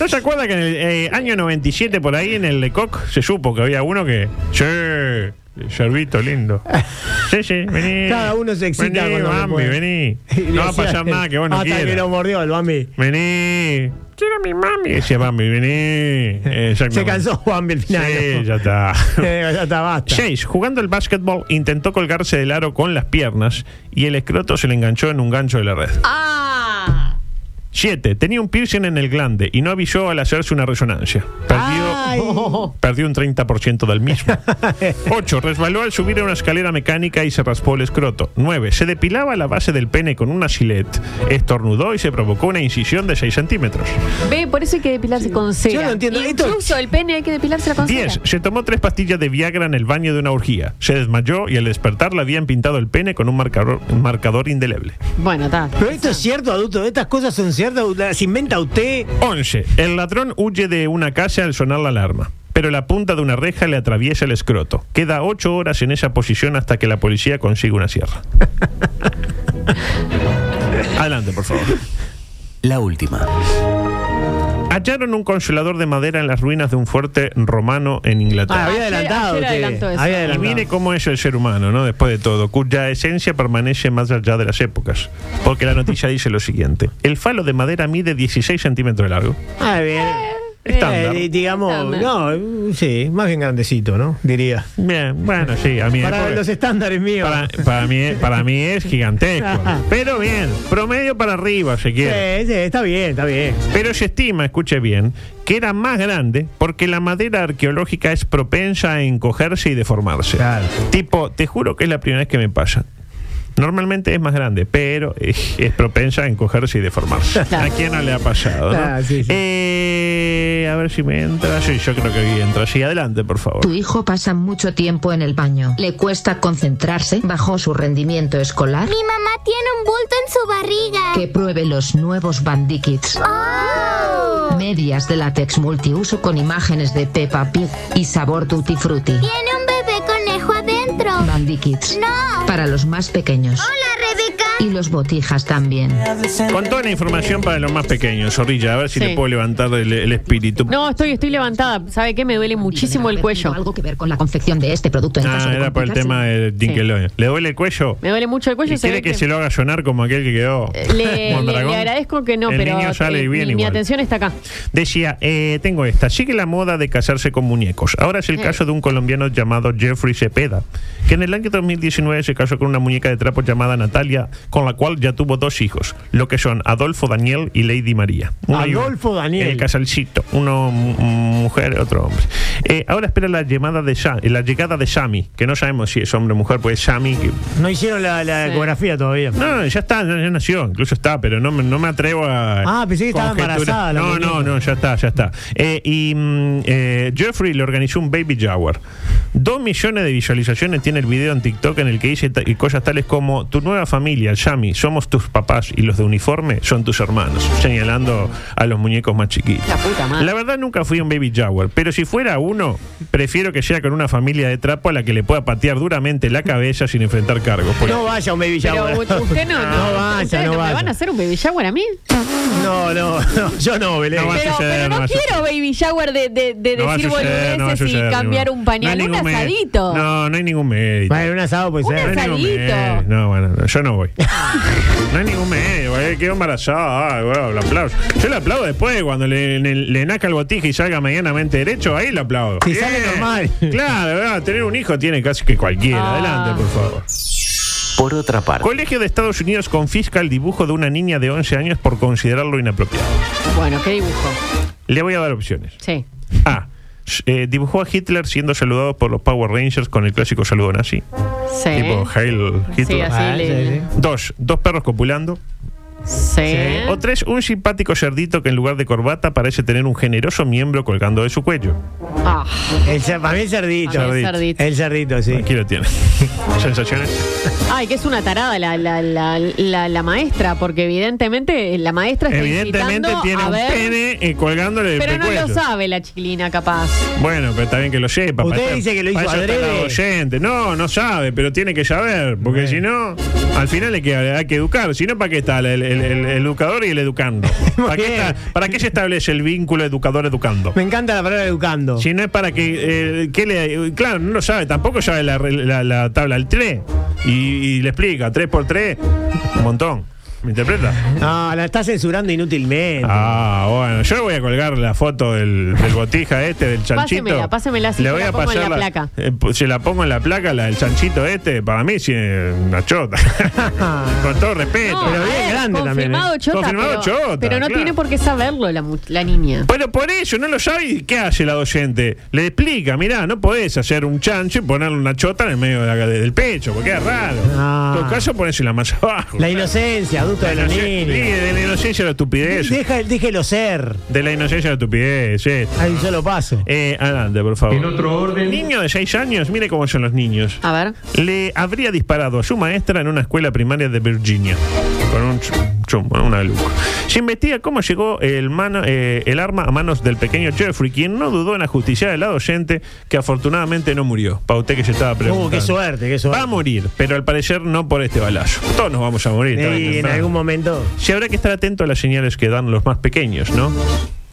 G: ¿No se acuerda que en el eh, año 97 por ahí en el Lecoq se supo que había uno que. ¡Sí! Servito lindo. Sí, sí, vení.
C: Cada uno se excita
G: Vení,
C: cuando lo
G: Bambi,
C: puede.
G: vení.
C: Y
G: No va a
C: decía
G: pasar
C: él,
G: nada que vos no
C: Hasta que
G: quieras.
C: lo mordió el Bambi.
G: Vení. Quiero a mi mami. Decía mami, vení. Exactamente.
C: Se cansó Bambi al final.
G: Sí, ya está.
C: Eh, ya está, basta.
G: 6. Jugando el básquetbol, intentó colgarse del aro con las piernas y el escroto se le enganchó en un gancho de la red.
J: ¡Ah!
G: 7. Tenía un piercing en el glande y no avisó al hacerse una resonancia.
C: Ay.
G: Perdió, perdió un 30% del mismo. 8. Resbaló al subir a una escalera mecánica y se raspó el escroto. 9. Se depilaba la base del pene con una silette. Estornudó y se provocó una incisión de 6 centímetros.
J: Ve, por eso hay que depilarse con cera.
C: no entiendo, esto-
J: Incluso el pene hay que depilarse con
G: 10.
J: cera.
G: Se tomó tres pastillas de Viagra en el baño de una orgía. Se desmayó y al despertar le habían pintado el pene con un marcador, un marcador indeleble.
J: Bueno, está.
C: Pero esto es cierto, adulto. Estas cosas son ciertas. Las inventa usted.
G: 11. El ladrón huye de una casa al sonar la alarma. Pero la punta de una reja le atraviesa el escroto. Queda ocho horas en esa posición hasta que la policía consiga una sierra. Adelante, por favor.
A: La última.
G: Hallaron un consolador de madera en las ruinas de un fuerte romano en Inglaterra.
C: Ah, había
J: Ayer-
C: adelantado.
J: ayer
C: usted.
J: adelantó eso.
C: Había
J: Y
G: Y
C: adelantado.
G: mire cómo es el ser humano, ¿no? Después de todo, cuya esencia permanece más allá de las épocas. Porque la noticia dice lo siguiente: el falo de madera mide 16 centímetros de largo.
C: Ah, bien.
G: Estándar.
C: Eh, digamos, no, sí, más bien grandecito, ¿no? Diría.
G: Bien, bueno, sí, a mí
C: Para
G: porque-
C: los estándares míos.
G: para, para mí, es- para mí es gigantesco. Pero bien, promedio para arriba, se quiere.
C: Sí, sí, está bien, está bien.
G: Pero se estima, escuche bien, que era más grande porque la madera arqueológica es propensa a encogerse y deformarse. Tipo, te juro que es la primera vez que me pasa. Normalmente es más grande, pero es, es propensa a encogerse y deformarse. ¿A quién no le ha pasado? no?
C: Ah, sí, sí.
G: Eh, a ver si me entra. Sí, yo creo que aquí entra. Sí, adelante, por favor.
D: Tu hijo pasa mucho tiempo en el baño. Le cuesta concentrarse. Bajó su rendimiento escolar.
N: Mi mamá tiene un bulto en su barriga.
D: Que pruebe los nuevos Bandikits.
N: Oh.
D: Medias de látex multiuso con imágenes de Peppa Pig y sabor Tutti Frutti.
N: Tiene un bebé conejo adentro.
D: Bandikits.
N: No.
D: Para los más pequeños.
N: Hola, Rebeca.
D: Y los botijas también.
G: Con toda la información para los más pequeños, Zorrilla, a ver si
J: Sí.
G: le puedo levantar el, el espíritu.
J: No, estoy, estoy levantada. ¿Sabe qué? Me duele muchísimo el cuello.
D: Algo que ver con la confección de este producto. En caso
G: ah,
D: de
G: era por el
D: complicarse.
G: tema de Dinkeloy. ¿Le duele el cuello?
J: Me duele mucho el cuello.
G: ¿Y
J: se
G: quiere
J: ve Eh,
G: que, se lo haga sonar como aquel que quedó?
J: Le, le- le
G: Mondragón?
J: agradezco que no,
G: El
J: pero
G: niño sale
J: eh,
G: y viene
J: mi, mi
G: igual.
J: atención está acá.
G: Decía, eh, tengo esta. Sigue la moda de casarse con muñecos. Ahora es el
C: Mm.
J: Eh.
G: caso de un colombiano llamado Jeffrey Cepeda, que en el año 2019 se casó con una muñeca de trapo llamada Natalia, con la cual ya tuvo dos hijos, lo que son Adolfo Daniel y Lady María. Uno y uno.
C: Adolfo Daniel.
G: El casalcito, uno mm, mujer, otro hombre. Eh, ahora espera la llamada de Sa- la llegada de Sami, que no sabemos si es hombre o mujer, pues Sami que
C: No hicieron la, la
J: Sí.
C: ecografía todavía.
G: no, ya está, ya, ya nació, incluso está, pero no, me- no me atrevo a.
C: Ah, pensé que estaba
G: conjeturar.
C: embarazada la
G: No, no,
C: muñeca.
G: no, ya está, ya está. Eh, y mm, eh, Jeffrey le organizó un baby shower. Dos millones de visualizaciones tiene el video en TikTok en el que dice ta- y cosas tales como: Tu nueva familia, Yami, somos tus papás y los de uniforme son tus hermanos, señalando a los muñecos más chiquitos.
J: La puta madre.
G: La verdad nunca fui a un baby shower, pero si fuera uno, prefiero que sea con una familia de trapo a la que le pueda patear duramente la cabeza sin enfrentar cargos. porque-
C: No vaya a un baby
J: Pero
C: shower.
J: u- usted no.
C: No vaya,
J: ustedes
C: no
J: me van a
C: vaya.
J: hacer un baby shower a mí?
C: No, no, no, yo no, Belén.
G: No va a
J: Pero,
G: suceder,
J: pero no,
G: no va a
J: quiero baby shower de, de, de
G: No va a
J: decir
G: suceder, no va a
J: boludeces
G: suceder,
J: y cambiar
G: ningún-
J: un pañal.
G: no hay
J: un
G: ningún mé-
J: asadito.
G: No, no hay ningún mérito.
C: Bueno, un asado puede
J: Un
C: ser.
G: No hay ningún
J: asadito.
G: mérito. No, bueno, no, yo no voy. no hay ningún mérito. porque Quedo embarazada. Ay, bueno, lo aplaudo. Yo le aplaudo después cuando le, le- le naca el botija y salga medianamente derecho. Ahí le aplaudo.
C: Si sale normal.
G: Claro, ¿verdad? tener un hijo tiene casi que cualquiera.
J: Ah.
G: Adelante, por favor.
A: Por otra parte,
G: Colegio de Estados Unidos confisca el dibujo de una niña de 11 años por considerarlo inapropiado.
J: Bueno, qué dibujo.
G: Le voy a dar opciones.
J: Sí.
G: A. Eh, dibujó a Hitler siendo saludado por los Power Rangers con el clásico saludo nazi.
J: Sí.
G: Tipo Hail
J: Sí,
G: Hitler.
J: así
C: Ah,
J: le.
C: sí, sí.
G: Dos, dos perros copulando.
J: Sí.
G: O tres, un simpático cerdito que en lugar de corbata parece tener un generoso miembro colgando de su cuello.
J: Ah,
C: El cer- para mí el cerdito.
J: Para mí el cerdito.
C: El cerdito, sí.
G: Aquí lo tienes. Sensaciones.
J: Ay, que es una tarada la, la, la, la, la maestra, porque evidentemente la maestra está
G: Evidentemente
J: incitando
G: tiene
J: a
G: un
J: ver,
G: pene eh, colgándole del
J: pero no
G: cuello.
J: lo sabe la chiquilina capaz.
G: Bueno, pero está bien que lo sepa.
C: Usted
G: para-
C: dice que lo
G: para
C: hizo
G: eso está
C: adrede.
G: la oyente. No, no sabe, pero tiene que saber. Porque si no, al final hay que, hay que educar. Si no, ¿para qué está el, el- el- el educador y el educando? ¿Para qué,
C: bien.
G: está- ¿Para qué se establece el vínculo educador-educando?
C: Me encanta la palabra educando.
G: Si no es para que, eh, que le, claro, no lo sabe, tampoco sabe la, la- la tabla del 3. Y, y le explica, 3 por 3, un montón. ¿Me interpreta?
C: No, la está censurando inútilmente.
G: Ah, bueno, yo le voy a colgar la foto del, del botija este, del chanchito.
J: Pásemela, pásemela, así
G: Le
J: yo
G: voy
J: la
G: a
J: pongo en
G: pasar
J: la placa.
G: eh, pues, se la pongo en la placa, la del chanchito este, para mí sí es una chota. Con todo respeto.
J: No,
C: pero
J: a
C: bien
J: ver,
C: grande también,
J: confirmado
C: ¿eh?
J: Chota,
G: Confirmado
J: pero,
G: chota,
J: Pero no
G: claro.
J: tiene por qué saberlo la, mu- la niña.
G: Bueno, por eso, no lo sabe y ¿qué hace la docente? Le explica, mirá, no podés hacer un chancho y ponerle una chota en el medio de la- del pecho, porque es raro.
C: Ah.
G: En todo caso, ponésela más abajo.
C: La inocencia, adulto de
G: La
C: la
G: inocencia-
C: niña.
G: sí, de la inocencia a la estupidez.
C: Deja, déjelo ser.
G: De la inocencia a la estupidez, esto.
C: Hay un solo paso.
G: Eh, adelante, por favor. En otro orden. Niño de 6 años, mire cómo son los niños.
J: A ver.
G: Le habría disparado a su maestra en una escuela primaria de Virginia. Con un chum- chum, con una luca. Se investiga cómo llegó el, mano, eh, el arma a manos del pequeño Jeffrey, quien no dudó en ajusticiar a la docente, que afortunadamente no murió. Para usted que se estaba preguntando.
C: Uh, qué suerte, qué
G: Va a
C: suerte.
G: morir, pero al parecer no por este balazo. Todos nos vamos a morir. tarde o
C: Y Eh, en
G: temprano.
C: algún momento.
G: Sí, habrá que estar atento a las señales que dan los más pequeños, ¿no?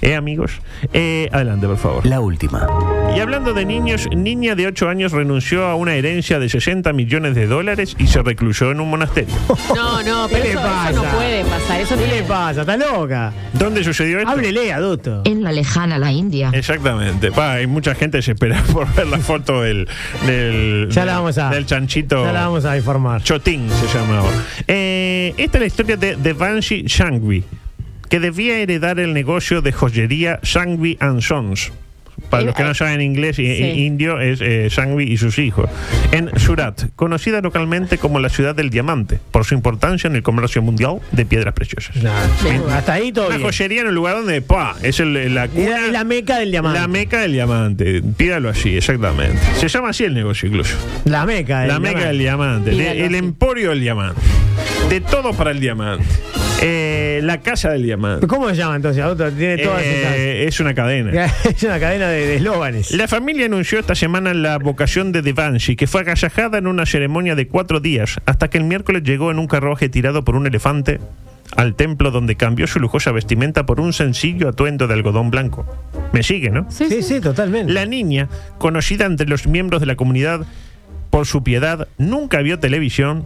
G: ¿Eh, amigos? Eh, adelante, por favor.
A: la última.
G: Y hablando de niños, niña de 8 años renunció a una herencia de 60 millones de dólares y se recluyó en un monasterio.
J: No, no,
C: ¿Qué
J: pero
C: le
J: eso,
C: pasa?
J: eso no puede pasar. Eso
C: ¿Qué
J: tiene-
C: le pasa? ¿Está loca?
G: ¿Dónde sucedió esto?
C: Háblele, adulto.
D: En la lejana la India.
G: Exactamente. Pa, hay mucha gente desesperada por ver la foto del, del,
C: Ya la vamos a-
G: del chanchito.
C: Ya la vamos a informar.
G: Chotín se llamaba. Eh, esta es la historia de Devanshi Shangvi, que debía heredar el negocio de joyería Shangvi and Sons. Para los que no saben inglés y, e-
J: Sí.
G: indio, es eh, Shangvi y sus hijos. En Surat, conocida localmente como la ciudad del diamante, por su importancia en el comercio mundial de piedras preciosas.
C: Nah, hasta ahí todo
G: Una
C: bien.
G: joyería en un lugar donde, pa, es el- eh, la
C: Es la, es la meca del diamante.
G: la meca del diamante, pídalo así, exactamente. Se llama así el negocio incluso.
C: La meca del
G: La meca del diamante, de-
C: Pídalo
G: el
C: así.
G: emporio del diamante. De todo para el diamante. Eh, la casa del diamante.
C: ¿Cómo se llama entonces? Adulto? Tiene todas
G: Eh, es una cadena.
C: esas. es una cadena de, de eslóganes.
G: La familia anunció esta semana la vocación de Devanshi, que fue agasajada en una ceremonia de cuatro días, hasta que el miércoles llegó en un carruaje tirado por un elefante al templo donde cambió su lujosa vestimenta por un sencillo atuendo de algodón blanco. Me sigue, ¿no?
C: Sí, sí, totalmente.
G: La niña, conocida entre los miembros de la comunidad por su piedad, nunca vio televisión,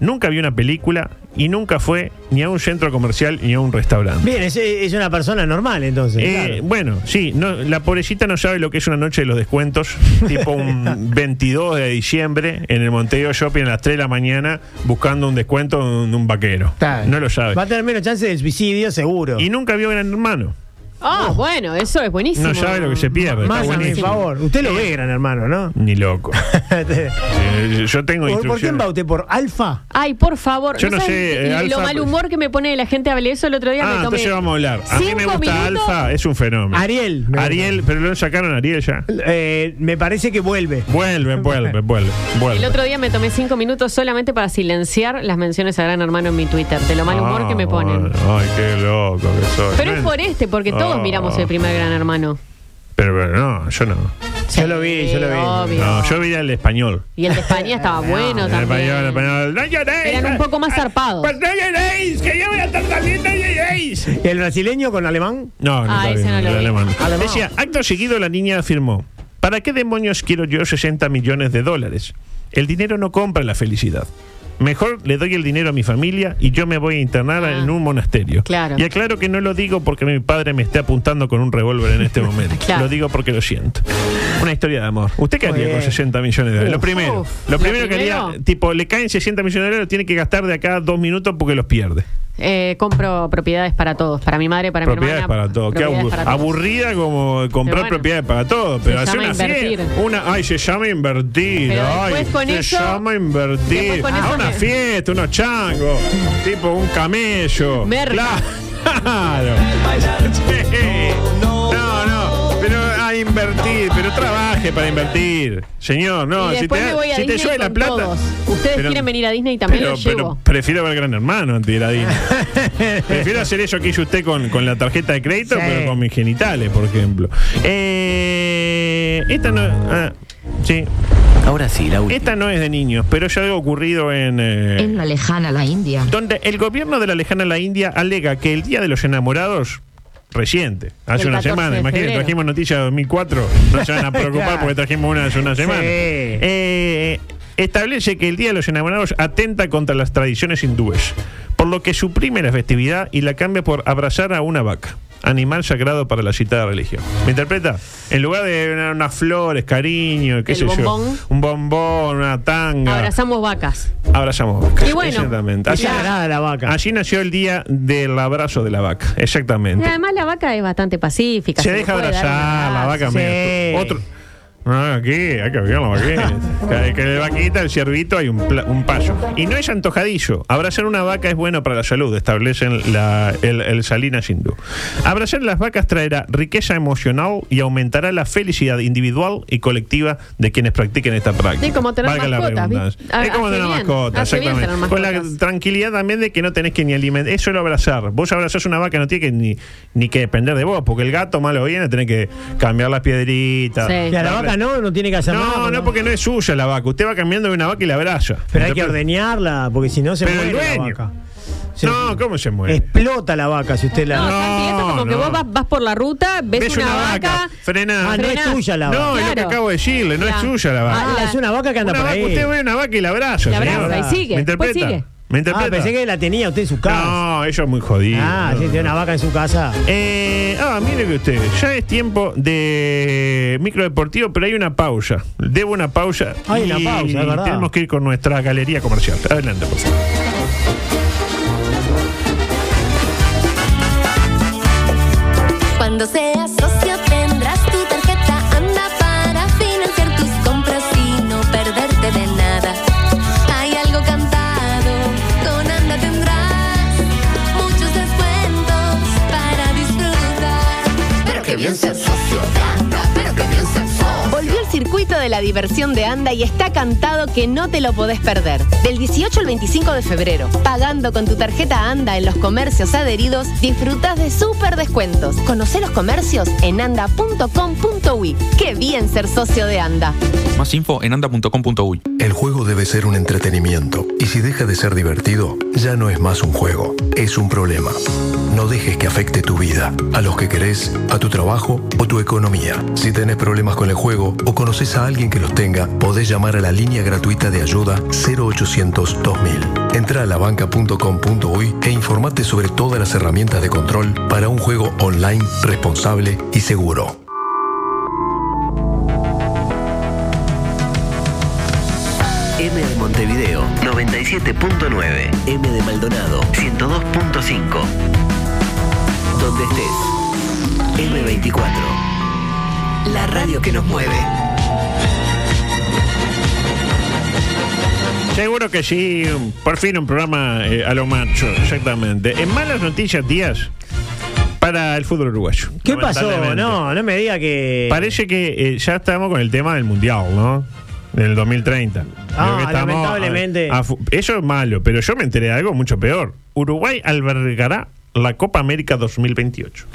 G: nunca vio una película y nunca fue ni a un centro comercial ni a un restaurante.
C: Bien, es, es una persona normal entonces.
G: Eh,
C: claro.
G: Bueno, sí, no, la pobrecita no sabe lo que es una noche de los descuentos, tipo un 22 de diciembre en el Montevideo Shopping a las 3 de la mañana buscando un descuento de un, un vaquero.
C: Está.
G: No lo sabe.
C: Va a tener menos chance de suicidio, seguro.
G: Y nunca vio Gran Hermano.
J: Ah, bueno, eso es buenísimo.
G: No sabe lo que se pierde.
C: Más
G: Está
C: a mi
G: buenísimo. Eh.
C: favor. Usted lo ve, gran hermano, ¿no?
G: Ni loco. Eh, Yo tengo
C: ¿Por, por quién
G: instrucciones.
C: va usted? ¿Por Alfa?
J: Ay, por favor.
G: Yo no
J: sabes
G: sé, eh,
J: lo
G: Alfa-
J: mal humor que me pone la gente hablé eso el otro día.
G: Ah,
J: me tomé
G: entonces vamos a hablar. A mí me
J: cinco
G: gusta
J: minutos.
G: Alfa, es un fenómeno.
C: Ariel. me
G: Ariel, pero lo sacaron a Ariel ya.
C: gusta. Eh, me parece que vuelve.
G: Vuelve, vuelve, vuelve,
J: El
G: vuelve.
J: otro día me tomé cinco minutos solamente para silenciar las menciones a Gran Hermano en mi Twitter, de lo mal humor
G: Ah,
J: que me ponen.
G: Ay, qué loco que soy.
J: Pero
G: No
J: es
G: en-
J: por este, porque todos
G: Ah.
J: miramos el primer Gran Hermano.
G: Pero, pero no, yo no.
C: Yo lo vi, yo lo vi.
J: Obvio.
G: No, yo vi el español.
J: Y el de España estaba bueno
G: El
J: también.
G: español, el español. No lloréis.
J: Eran un poco más zarpados.
G: Pues no lloréis, que yo voy a estar saliendo y lloréis.
C: ¿Y el brasileño con alemán?
G: No, no,
J: Ah,
G: está
J: ese
G: bien,
J: no lo
G: el
J: vi.
G: alemán.
C: Alemán.
G: Decía, acto seguido la niña afirmó, ¿para qué demonios quiero yo 60 millones de dólares? El dinero no compra la felicidad. Mejor le doy el dinero a mi familia y yo me voy a internar
J: Ah.
G: en un monasterio.
J: Claro.
G: Y aclaro que no lo digo porque mi padre me esté apuntando con un revólver en este momento.
J: Claro.
G: Lo digo porque lo siento. Una historia de amor. ¿Usted qué
C: Muy
G: haría con
C: bien.
G: 60 millones de dólares? lo
J: Uf.
G: primero.
J: Uf.
G: lo
J: ¿Lo
G: primero que
J: primero?
G: haría, tipo, le caen 60 millones de dólares, tiene que gastar de acá dos minutos porque los pierde.
J: Eh, compro propiedades para todos, para mi madre, para mi hermana.
G: Propiedades para todo. Qué
J: propiedades
G: abu-
J: para todos.
G: aburrida como comprar
J: Pero bueno,
G: propiedades para todo. Pero
J: se
G: hacer
J: llama
G: una
J: invertir.
G: fiesta. Una, ay, se llama invertir.
J: Pero
G: ay,
J: después con
G: se
J: eso-
G: llama invertir.
J: después con
G: A
J: eso
G: una
J: me-
G: fiesta, unos changos. tipo un camello.
J: Merca.
G: Cla- Claro. Sí. No, no. Pero a invertir. Pero trabaje para invertir. Señor, no.
J: y
G: si
J: después
G: te,
J: me voy a
G: si te
J: Disney
G: llueve la
J: con
G: plata.
J: todos. Ustedes
G: Pero-
J: quieren venir a Disney y también
G: pero,
J: los llevo.
G: pero prefiero ver Gran Hermano antes de ir a Disney. prefiero hacer eso que hizo usted con, con la tarjeta de crédito,
C: Sí.
G: pero con mis genitales, por ejemplo. Eh, esta no. ah, sí.
A: Ahora sí, la última.
G: Esta no es de niños, pero ya algo ocurrido en. eh,
D: En la lejana la India.
G: donde el gobierno de la lejana la India alega que el Día de los Enamorados reciente, hace
J: El
G: una
J: 14 de
G: semana, imagínate,
J: febrero.
G: trajimos noticias de 2004, no se van a preocupar
C: Claro.
G: porque trajimos una hace una semana.
C: Sí.
G: Eh, establece que el Día de los Enamorados atenta contra las tradiciones hindúes, por lo que suprime la festividad y la cambia por abrazar a una vaca. Animal sagrado para la citada religión. ¿Me interpreta? En lugar de una- unas flores, cariño, qué
J: El
G: sé yo.
J: bombón.
G: Un bombón, una tanga.
J: Abrazamos vacas.
G: Abrazamos vacas.
J: Y bueno,
G: Exactamente. Así-
C: Así agrada la vaca.
G: Allí nació el día del abrazo de la vaca,
J: Y
G: exactamente.
J: además la vaca es bastante pacífica.
G: Se
J: le
G: deja
J: puede dar un
G: abrazar la
J: abrazo.
G: vaca.
C: Sí.
G: mira, Otro. Ah, aquí, hay que abrir la vaquita. que de vaquita, el ciervito, hay un, pla- un paso. Y no es antojadizo. Abrazar una vaca es bueno para la salud, establecen la- el, el Salinas Hindú. Abrazar las vacas traerá riqueza emocional y aumentará la felicidad individual y colectiva de quienes practiquen esta práctica.
J: Sí, como tener
G: Valga la
J: mascotas, ¿viste?
G: redundancia.
J: Ah,
G: Es como
J: hace
G: tener
J: bien,
G: mascota,
J: hace bien
G: exactamente.
J: tener
G: Con la
J: mascotas.
G: tranquilidad también de que no tenés que ni alimentar. Es solo abrazar. Vos abrazás una vaca, no tiene que ni, ni que depender de vos, porque el gato, malo o bien, le tenés que cambiar las piedritas.
J: Sí.
C: Y a la vaca no, no tiene que hacer nada.
G: No, no, porque no es suya la vaca. Usted va cambiando de una vaca y la abraza.
C: Pero hay que
G: Entonces,
C: ordeñarla, porque si no se
G: Pero el
C: muere la
G: dueño.
C: vaca. Se-
G: No, ¿cómo se muere?
C: Explota la vaca si usted la.
J: No, Santi, eso es como que vos vas, vas por la ruta, ves, una, vaca,
G: Frená.
C: Ah, no es
J: frenás.
C: tuya la vaca.
G: No, es lo que
J: Claro.
G: acabo de decirle, no es
J: Ya.
G: suya la vaca.
C: Ah, es una vaca que anda
G: Una
C: por
G: vaca,
C: ahí.
G: usted ve una vaca y la abraza.
J: La
G: señor.
J: abraza y sigue,
G: ¿Me
J: después
G: interpreta?
J: sigue.
C: Ah,
G: ¿Me interpreta?
C: pensé que la tenía usted en su casa.
G: No, ellos muy jodidos.
C: Ah,
G: No,
C: sí, tiene
G: no.
C: una vaca en su casa.
G: Eh, ah, mire que usted, ya es tiempo de microdeportivo, pero hay una pausa. Debo una pausa.
C: Hay una
G: y
C: pausa, es verdad.
G: Tenemos que ir con nuestra galería comercial. Adelante, por favor.
O: Cuando seas socio tendrás tu tarjeta ANDA para financiar tus compras y no perderte de nada. Hay algo cantado, con ANDA tendrás muchos descuentos para disfrutar. Pero que bien ser socio de ANDA, pero que bien ser
P: Volvió el circuito de la diversión de Anda y está cantado que no te lo podés perder. Del 18 al 25 de febrero, pagando con tu tarjeta Anda en los comercios adheridos, disfrutás de súper descuentos. Conocé los comercios en anda.com.uy. ¡Qué bien ser socio de Anda!
Q: Más info en anda.com.uy.
I: El juego debe ser un entretenimiento y si deja de ser divertido, ya no es más un juego, es un problema. No dejes que afecte tu vida, a los que querés, a tu trabajo o tu economía. Si tenés problemas con el juego o conoces a alguien que los tenga, podés llamar a la línea gratuita de ayuda 0800 2000. Entra a labanca.com.uy e informate sobre todas las herramientas de control para un juego online responsable y seguro.
A: M de Montevideo 97.9. M de Maldonado 102.5. Donde estés. M24. La radio que nos mueve.
G: Seguro que sí, por fin un programa eh, a lo macho, exactamente. En malas noticias, días para el fútbol uruguayo.
C: ¿Qué pasó?
G: lamentablemente.
C: No, no me diga que.
G: Parece que eh, ya estamos con el tema del mundial, ¿no? Del 2030.
C: Ah,
G: Creo que estamos
C: lamentablemente.
G: a- a fu- eso es malo, pero yo me enteré de algo mucho peor. Uruguay albergará la Copa América 2028.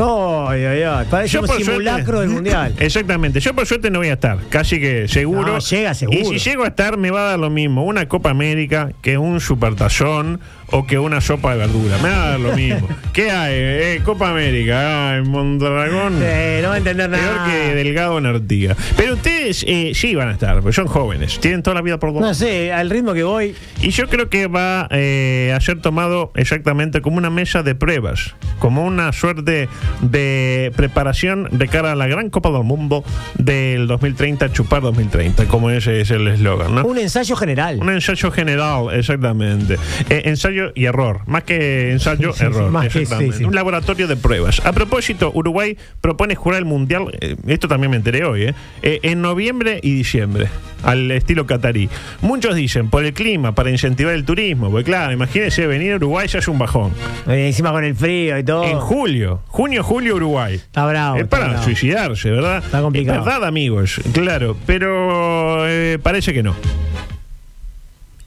C: Ay, ay, ay. Parece
G: Yo,
C: un
G: por suerte-
C: simulacro del mundial.
G: Exactamente. Yo por suerte no voy a estar. Casi que seguro.
C: No, llega seguro.
G: Y si llego a estar, me va a dar lo mismo una Copa América que un supertazón o que una sopa de verdura. Me va a dar lo mismo. ¿Qué hay? Eh, Copa América. Ay, Mondragón.
C: Eh, no va a entender nada.
G: Peor que Delgado en Artigas. Pero ustedes eh, sí van a estar, porque son jóvenes. Tienen toda la vida por
C: No
G: delante.
C: sé, al ritmo que voy.
G: Y yo creo que va eh, a ser tomado exactamente como una mesa de pruebas, como una suerte de preparación de cara a la gran Copa del Mundo del 2030, chupar 2030, como ese es el eslogan, ¿no?
C: Un ensayo general.
G: Un ensayo general, exactamente. Eh, ensayo y error. Más que ensayo,
C: Sí, sí,
G: error.
C: más que-
G: exactamente.
C: sí, sí.
G: Un laboratorio de pruebas. A propósito, Uruguay propone jugar el Mundial, eh, esto también me enteré hoy, eh, eh, en noviembre y diciembre, al estilo catarí. Muchos dicen, por el clima, para incentivar el turismo, porque claro, imagínense, venir a Uruguay ya es un bajón.
C: Eh, encima con el frío y todo.
G: En julio, junio, julio, Uruguay.
C: Está bravo.
G: Es
C: está
G: para
C: bravo.
G: suicidarse, ¿verdad?
C: Ah, Está complicado.
G: Es verdad, amigos, claro, pero eh, parece que no.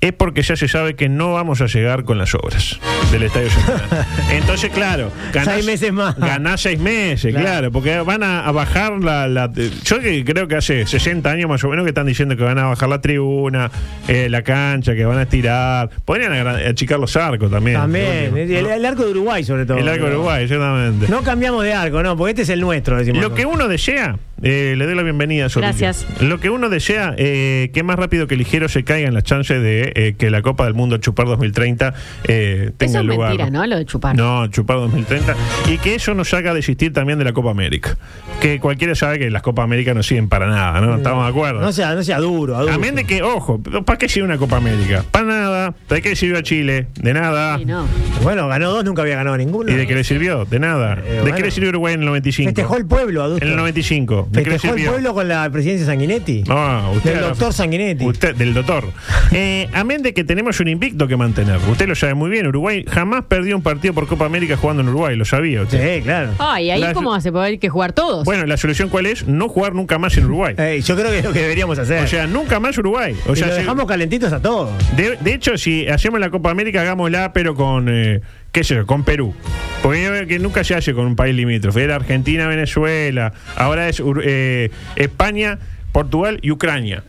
G: Es porque ya se sabe que no vamos a llegar con las obras del Estadio Central. Entonces, claro,
C: Seis meses más.
G: Ganás seis meses, claro,
C: Claro.
G: porque van a, a bajar la, la- Yo que creo que hace 60 años más o menos que están diciendo que van a bajar la tribuna, eh, la cancha, que van a estirar. Podrían agra- achicar los arcos también.
C: También. El, el arco de Uruguay, sobre todo.
G: El arco de
C: No.
G: Uruguay, exactamente.
C: No cambiamos de arco, no, porque este es el nuestro, decimos.
G: Lo que uno desea, eh, le doy la bienvenida. Solito.
J: Gracias.
G: Lo que uno desea, eh, que más rápido que ligero se caigan las chances de eh, que la Copa del Mundo Chupar 2030 eh, tenga
J: Eso es
G: lugar.
J: mentira, ¿no? Lo de chupar.
G: No, Chupar 2030. Y que eso nos haga desistir también de la Copa América. Que cualquiera sabe que las Copa América no sirven para nada, ¿no? Estamos de acuerdo.
C: No sea, no sea duro, adulto.
G: También de que, ojo, ¿para qué sirve una Copa América? Para nada. ¿Para qué sirvió a Chile? De nada.
J: Sí, no.
C: Bueno, ganó dos, nunca había ganado ninguno.
G: ¿Y de qué le sirvió? De nada. ¿De
C: Eh, bueno.
G: qué le sirvió Uruguay en el 95?
C: Festejó el pueblo, adulto.
G: En el 95. ¿De qué le
C: Festejó el
G: sirvió?
C: pueblo con la presidencia de Sanguinetti.
G: No, usted
C: Del
G: era-
C: doctor Sanguinetti.
G: Usted, del doctor. Eh, amén de que tenemos un invicto que mantener. Usted lo sabe muy bien. Uruguay jamás perdió un partido por Copa América jugando en Uruguay. Lo sabía usted.
C: Sí, claro.
J: Ay, ahí
G: La-
J: cómo hace poder que jugar todos.
G: Bueno, la solución cuál es? No jugar nunca más en Uruguay.
C: Eh, yo creo que es lo que deberíamos hacer.
G: O sea, nunca más Uruguay. O
C: Y
G: sea,
C: lo
G: si-
C: dejamos calentitos a todos.
G: de, de hecho, si hacemos la Copa América, hagámosla, pero con, eh, qué sé yo, con Perú. Porque yo veo que nunca se hace con un país limítrofe. Era Argentina, Venezuela. Ahora es Ur- eh, España, Portugal y Ucrania.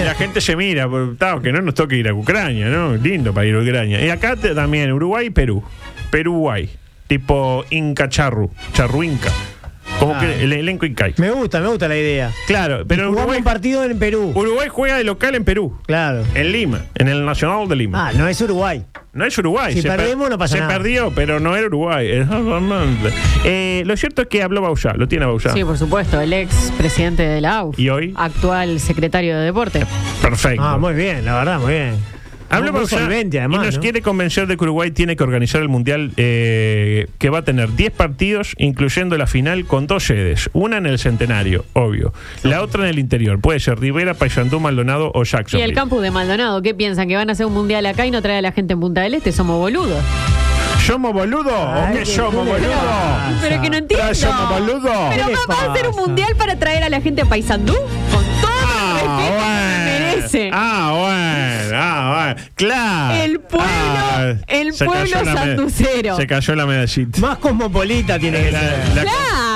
G: Y la gente se mira, pues, ta, que no nos toque ir a Ucrania, ¿no? Lindo para ir a Ucrania. Y acá te- también, Uruguay y Perú. Perú-Guay. Tipo Inca Charru, Charru Inca. Como
C: Ah.
G: que el elenco Incaico.
C: Me gusta, me gusta la idea.
G: Claro, pero
C: Jugamos
G: Uruguay,
C: un partido en Perú.
G: Uruguay juega de local en Perú.
C: Claro.
G: En Lima, en el Nacional de Lima.
C: Ah, no es Uruguay.
G: No es Uruguay.
C: Si
G: per-
C: perdemos, no pasa
G: se
C: nada.
G: perdió, pero no era Uruguay. Eh, lo cierto es que habló Bausá, lo tiene Bausá.
J: Sí, por supuesto, el ex presidente de la AUF.
G: ¿Y hoy?
J: Actual secretario de deporte.
G: Perfecto.
C: Ah, muy bien, la verdad, muy bien.
G: Habla
C: Muy- muy
G: Bausá
C: solvente,
G: y
C: además.
G: nos
C: ¿no?
G: quiere convencer de que Uruguay tiene que organizar el Mundial eh, que va a tener 10 partidos, incluyendo la final, con dos sedes. Una en el Centenario, obvio. La otra en el interior. Puede ser Rivera, Paysandú, Maldonado o
J: Y
G: Jackson.
J: el campus de Maldonado, ¿qué piensan? ¿Que van a hacer un mundial acá y no trae a la gente en Punta del Este? Somos boludos.
G: ¿Somos boludo? ¿O
C: Ay,
G: qué
C: qué
G: somos
C: culo.
G: boludo?
J: Pero es que no entiendo.
G: Ah, somos boludo.
J: Pero
G: ¿Qué le
J: va- va a hacer un
G: pasa?
J: mundial para traer a la gente a Paysandú con todo el respeto que se merece.
G: Ah, bueno, ah, bueno. Claro.
J: El pueblo-
G: Ah,
J: el
G: se
J: pueblo
G: cayó la med-
J: santucero.
G: Se cayó la medallita.
C: Más cosmopolita tiene que
G: La-
C: ser.
G: la-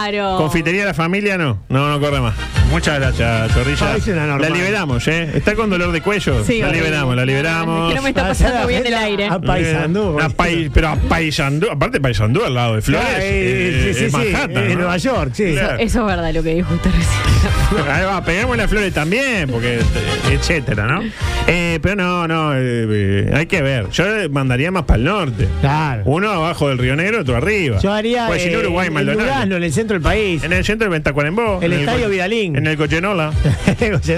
J: Claro.
G: Confitería de la familia no, no, no corre más. Muchas gracias, Zorrilla.
C: Ay, es una
G: la
C: normal.
G: liberamos, ¿eh? Está con dolor de cuello.
J: Sí,
G: la
J: horrible.
G: liberamos, la liberamos.
J: Que no me está
C: Pasá
J: pasando
C: la
J: bien el
C: agenda
J: aire.
C: A Paysandú.
G: A Pai- pero a Paysandú, aparte Paysandú al lado de Flores.
C: Ah,
G: eh,
C: eh,
G: es
C: sí, sí, sí,
G: Manhattan,
C: en
G: ¿no?
C: Nueva York, sí.
G: Claro.
J: Eso es verdad lo que dijo usted recién.
G: Ahí va, pegamos las flores también, porque et- etcétera, ¿no? Eh, pero no, no, eh, eh, hay que ver. Yo mandaría más para el norte.
C: Claro.
G: Uno abajo del Río Negro, otro arriba.
C: Yo haría
G: Pues si no,
C: eh,
G: Uruguay,
C: en
G: Maldonado.
C: Lugano, en el centro del país.
G: En el centro del Ventacuarembó.
C: El
G: en
C: Estadio
G: Co-
C: Vidalín.
G: En el Cochenola.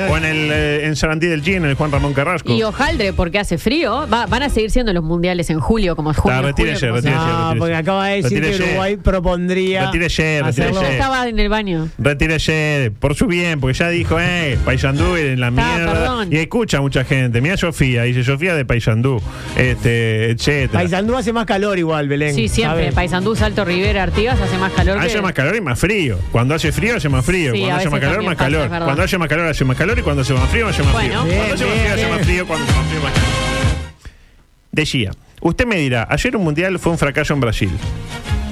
G: o en el eh, en Sarandí del Gin, en el Juan Ramón Carrasco.
J: Y Ojaldre, porque hace frío, va- van a seguir siendo los mundiales en julio, como junio.
G: Ah, retírese,
J: julio, como
G: retírese.
C: No, porque acaba de decir
G: Retírese.
C: que Uruguay propondría.
G: Retire ayer, retire
J: sea. Yo
G: ayer.
J: estaba en el baño.
G: Retírese, por su bien, porque ya dijo, eh, Paysandú en la
J: Ah,
G: mierda.
J: perdón.
G: Y escucha mucha gente. Mira Sofía, dice Sofía de Paysandú, este, etcétera.
C: Paysandú hace más calor igual, Belén.
J: Sí, siempre.
C: ¿sabes?
J: Paysandú, Salto, Rivera, Artigas, hace más calor.
G: Hace
J: que-
G: más calor y más frío. Cuando hace frío, hace más frío.
J: Sí,
G: cuando
J: a
G: hace más
J: veces
G: calor,
J: también
G: más
J: pasa,
G: calor.
J: es verdad.
G: Cuando hace más calor, hace más calor. Y cuando hace más frío, hace más
J: Bueno.
G: frío.
J: Bien,
G: cuando hace más
J: bien,
G: frío, hace
J: bien.
G: más frío. Cuando hace más frío, más calor. Decía, usted me dirá, ayer un mundial fue un fracaso en Brasil.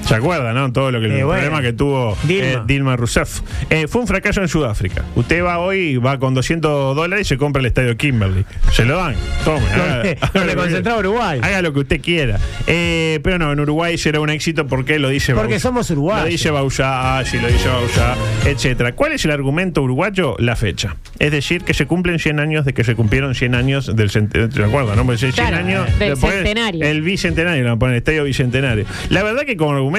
G: ¿Se acuerda, no? Todo lo que
C: Eh,
G: el
C: bueno.
G: problema que tuvo
C: Dilma.
G: eh, Dilma Rousseff. Eh, fue un fracaso en Sudáfrica. Usted va hoy, va con 200 dólares y se compra el estadio Kimberley. Se lo dan. Tome. haga-
C: Donde-
G: haga
C: donde
G: lo que-
C: concentraba Uruguay.
G: Haga lo que usted quiera. Eh, pero no, en Uruguay será un éxito porque lo dice
C: Porque
G: Bausá.
C: somos uruguayos.
G: Lo dice Bausá, sí, lo dice Bausá, etcétera. ¿Cuál es el argumento uruguayo? La fecha. Es decir, que se cumplen 100 años de que se cumplieron 100 años del centenario. ¿Te acuerdas, no? Pues 100
J: Claro,
G: años
J: del
G: le pones
J: centenario.
G: El bicentenario, le van a poner el estadio bicentenario. La verdad que como argumento,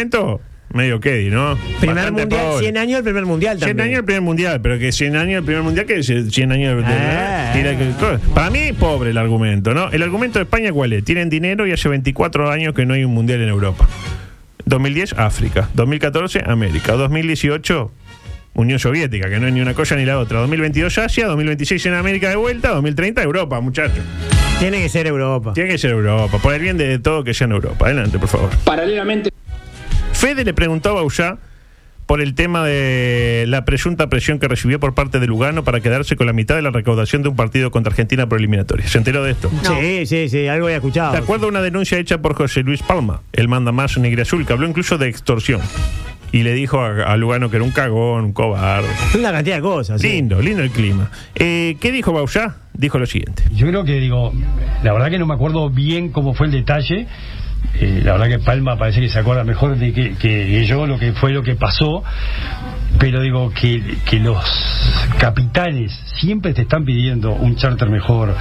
G: medio quedi, ¿no?
C: Primer
G: Bastante
C: mundial,
G: pobre.
C: 100 años el primer mundial
G: 100
C: también.
G: años el primer mundial, pero que 100 años el primer mundial, que es 100 años de-
C: Ah.
G: tira que- co- Para mí, pobre el argumento, ¿no? El argumento de España, ¿cuál es? Tienen dinero y hace 24 años que no hay un mundial en Europa. 2010, África. 2014, América. 2018, Unión Soviética, que no es ni una cosa ni la otra. 2022, Asia. 2026, en América de vuelta. 2030, Europa, muchachos.
C: Tiene que ser Europa.
G: Tiene que ser Europa. Por el bien de todo, que sea en Europa. Adelante, por favor.
H: Paralelamente.
G: Fede le preguntó a Bausá por el tema de la presunta presión que recibió por parte de Lugano para quedarse con la mitad de la recaudación de un partido contra Argentina por eliminatoria. ¿Se enteró de esto?
C: Sí, sí, sí, algo he escuchado.
G: De acuerdo a una denuncia hecha por José Luis Palma, el manda más Negre Azul, que habló incluso de extorsión. Y le dijo a, a Lugano que era un cagón, un cobarde.
C: Una cantidad de cosas. sí.
G: Lindo, lindo el clima. Eh, ¿Qué dijo Bausá? Dijo lo siguiente.
R: Yo creo que digo, la verdad que no me acuerdo bien cómo fue el detalle. Eh, la verdad que Palma parece que se acuerda mejor de que, que yo lo que fue lo que pasó. Pero digo que, que los capitales siempre te están pidiendo un charter mejor,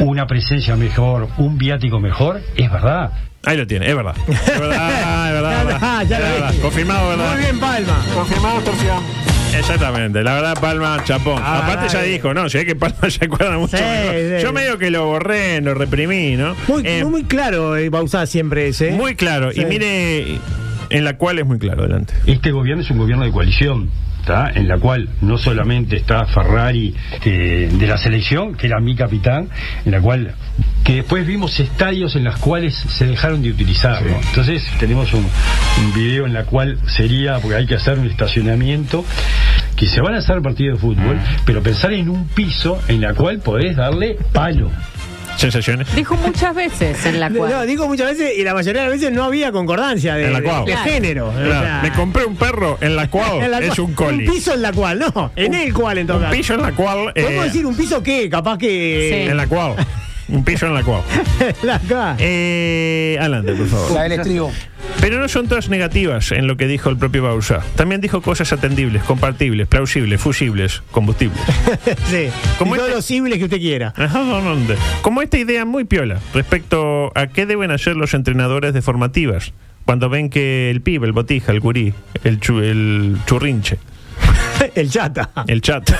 R: una presencia mejor, un viático mejor, es verdad.
G: Ahí lo tiene, es verdad. Es verdad, es verdad.
C: Ya
G: es verdad,
C: está, ya lo
G: es verdad.
C: dije.
G: Confirmado, ¿verdad?
C: Muy bien, Palma.
G: Confirmado torsión. Exactamente, la verdad Palma chapón.
C: Ah,
G: Aparte ya
C: verdad,
G: dijo, no, sé que Palma se acuerda mucho.
C: Sí,
G: mejor.
C: sí.
G: Yo medio que lo borré, lo reprimí, ¿no?
C: Muy,
G: Eh,
C: muy claro, eh, Bausá siempre ese.
G: muy claro.
C: Sí.
G: Y mire, en la cual es muy claro, adelante.
R: Este gobierno es un gobierno de coalición, ¿tá? en la cual no solamente está Ferrari este, de la selección, que era mi capitán, en la cual que después vimos estadios en los cuales se dejaron de utilizar. ¿no? Entonces tenemos un, un video en la cual sería, porque hay que hacer un estacionamiento, que se
G: Mm.
R: van a hacer partidos de fútbol, pero pensar en un piso en la cual podés darle palo.
G: Sensaciones.
J: Dijo muchas veces en la
C: No,
J: cual.
C: No, digo muchas veces, y la mayoría de las veces no había concordancia de,
G: En la
C: de-
G: cual.
C: de
G: Claro.
C: género.
G: Claro. Me compré un perro en la cual
C: En la
G: es
C: cual.
G: un coli.
C: Un piso en la cual, no. En
G: Un-
C: el cual, en todo
G: un
C: caso.
G: piso en la cual, eh,
C: ¿Podemos decir un piso qué? Capaz que.
G: En la cual. Un piso en la cual.
C: la cual.
G: Eh, adelante, por favor.
C: La del estribo.
G: Pero no son todas negativas en lo que dijo el propio Bausá. También dijo cosas atendibles, compartibles, plausibles, fusibles, combustibles.
C: sí.
G: Como
C: Y todos
G: este-
C: los cibles que usted quiera.
G: Ajá, no, no, no. Como esta idea muy piola respecto a qué deben hacer los entrenadores de formativas cuando ven que el pibe, el botija, el gurí, el, chu- el churrinche,
C: el chata.
G: el chat,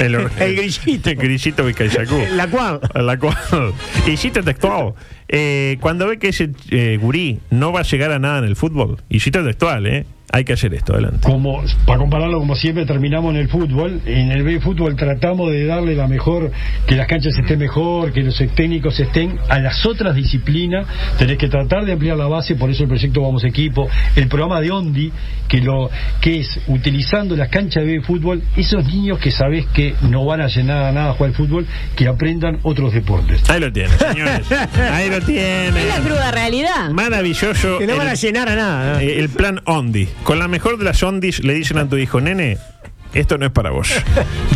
G: el,
C: El grillito.
G: el grillito Vizcayacú,
C: La cual.
G: la cual, hiciste textual, eh, cuando ve que ese eh, gurí no va a llegar a nada en el fútbol, hiciste textual, ¿eh? hay que hacer esto, adelante.
R: Como, para compararlo, como siempre terminamos en el fútbol, en el B fútbol tratamos de darle la mejor, que las canchas estén mejor, que los técnicos estén a las otras disciplinas, tenés que tratar de ampliar la base, por eso el proyecto Vamos Equipo, el programa de Ondi, que lo que es utilizando las canchas de B fútbol, esos niños que sabés que no van a llenar a nada a jugar al fútbol, que aprendan otros deportes.
G: Ahí lo tienen, señores. Ahí lo tienen.
J: Es la cruda realidad.
G: Maravilloso.
C: Que no van a llenar a nada, ¿no?
G: eh, El plan Ondi. Con la mejor de las Ondis le dicen a tu hijo, nene. Esto no es para vos.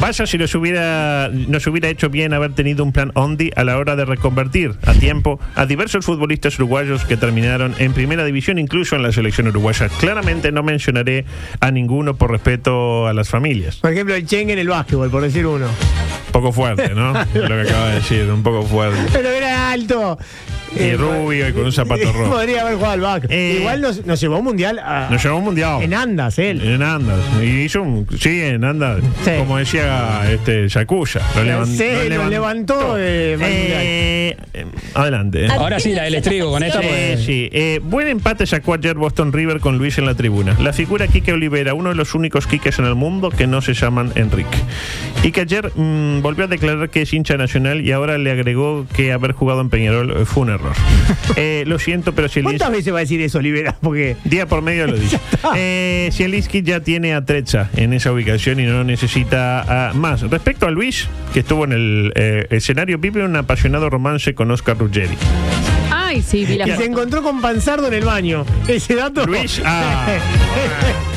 G: Vaya si nos hubiera, nos hubiera hecho bien haber tenido un plan Ondi a la hora de reconvertir a tiempo a diversos futbolistas uruguayos que terminaron en primera división, incluso en la selección uruguaya. Claramente no mencionaré a ninguno por respeto a las familias.
C: Por ejemplo, el Cheng en el básquetbol, por decir uno.
G: Poco fuerte, ¿no? Lo que acaba de decir, un poco fuerte.
C: Pero era alto.
G: Y
C: Eh,
G: rubio y con un zapato rojo.
C: Podría haber jugado al básquet.
G: Eh,
C: Igual nos, nos llevó a un mundial a-
G: Nos llevó Eh, a un mundial.
C: en andas él.
G: En Andas. Y hizo un. Sí, en Andas.
C: Sí.
G: Como decía este Yakuya. Lo, levan-
C: Sí,
G: lo
C: lo
G: levan-
C: levantó de
G: Eh, eh, adelante.
C: Ah,
S: Ahora sí, la del estribo con esta.
G: Sí,
S: pues.
G: sí. Eh, buen empate sacó ayer Boston River con Luis en la tribuna. La figura Quique Olivera, uno de los únicos Quiques en el mundo que no se llaman Enrique. Y que ayer mm, volvió a declarar que es hincha nacional y ahora le agregó que haber jugado en Peñarol eh, fue un error. Eh, lo siento, pero si el
C: ¿Cuántas veces va a decir eso, Olivera? Porque.
G: Día por medio lo dice. Eh, Zielinski ya tiene a Trecha en esa ubicación y no necesita ah, más. Respecto a Luis, que estuvo en el eh, escenario, vive un apasionado romance con Oscar Ruggeri.
J: Ay, sí, vi la
C: Y se
J: foto.
C: encontró con Panzardo en el baño. Ese dato.
G: Luis, ah,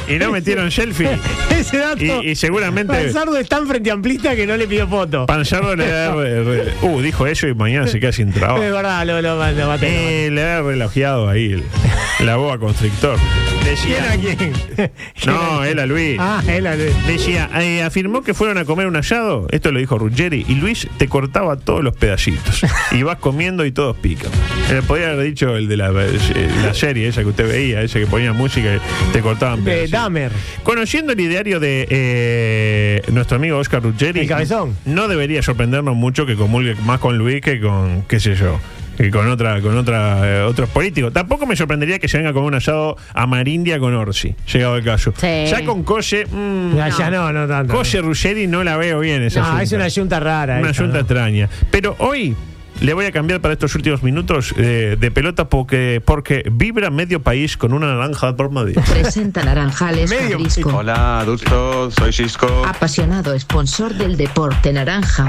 G: y no metieron selfie.
C: Ese dato.
G: Y, y seguramente
C: Panzardo es tan frente amplista que no le pidió foto.
G: Panzardo le da. re- re- uh, dijo eso y mañana se queda sin trabajo.
C: Es verdad, lo, lo, lo maté.
G: Eh, le da relojeado ahí el- la boa constrictor.
C: ¿Quién
G: Decía,
C: a quién?
G: no, él a Luis.
C: Ah, él a
G: Decía, eh, afirmó que fueron a comer un hallado, esto lo dijo Ruggeri, y Luis te cortaba todos los pedacitos. y vas comiendo y todos pican. Eh, podría haber dicho el de la, eh, la serie esa que usted veía, esa que ponía música y te cortaban
C: De
G: pedacitos.
C: Dahmer.
G: Conociendo el ideario de eh, nuestro amigo Oscar Ruggeri,
C: El cabezón.
G: no debería sorprendernos mucho que comulgue más con Luis que con, qué sé yo. Que con otra, con otra, eh, otros políticos. Tampoco me sorprendería que se venga con un asado a Marindia con Orsi, llegado el caso.
J: Sí.
G: Ya con Cose, mm,
C: Ah, Ya, ya no, no tanto.
G: Cose Ruggeri no la veo bien esa
C: No,
G: junta.
C: es una yunta rara.
G: Una
C: esa,
G: yunta
C: ¿no?
G: extraña. Pero hoy le voy a cambiar para estos últimos minutos eh, de pelota porque, porque vibra medio país con una naranja por medio.
D: Presenta Naranjales
C: Medio.
D: Jalisco.
E: Hola, adultos, soy Cisco.
D: Apasionado sponsor del deporte naranja.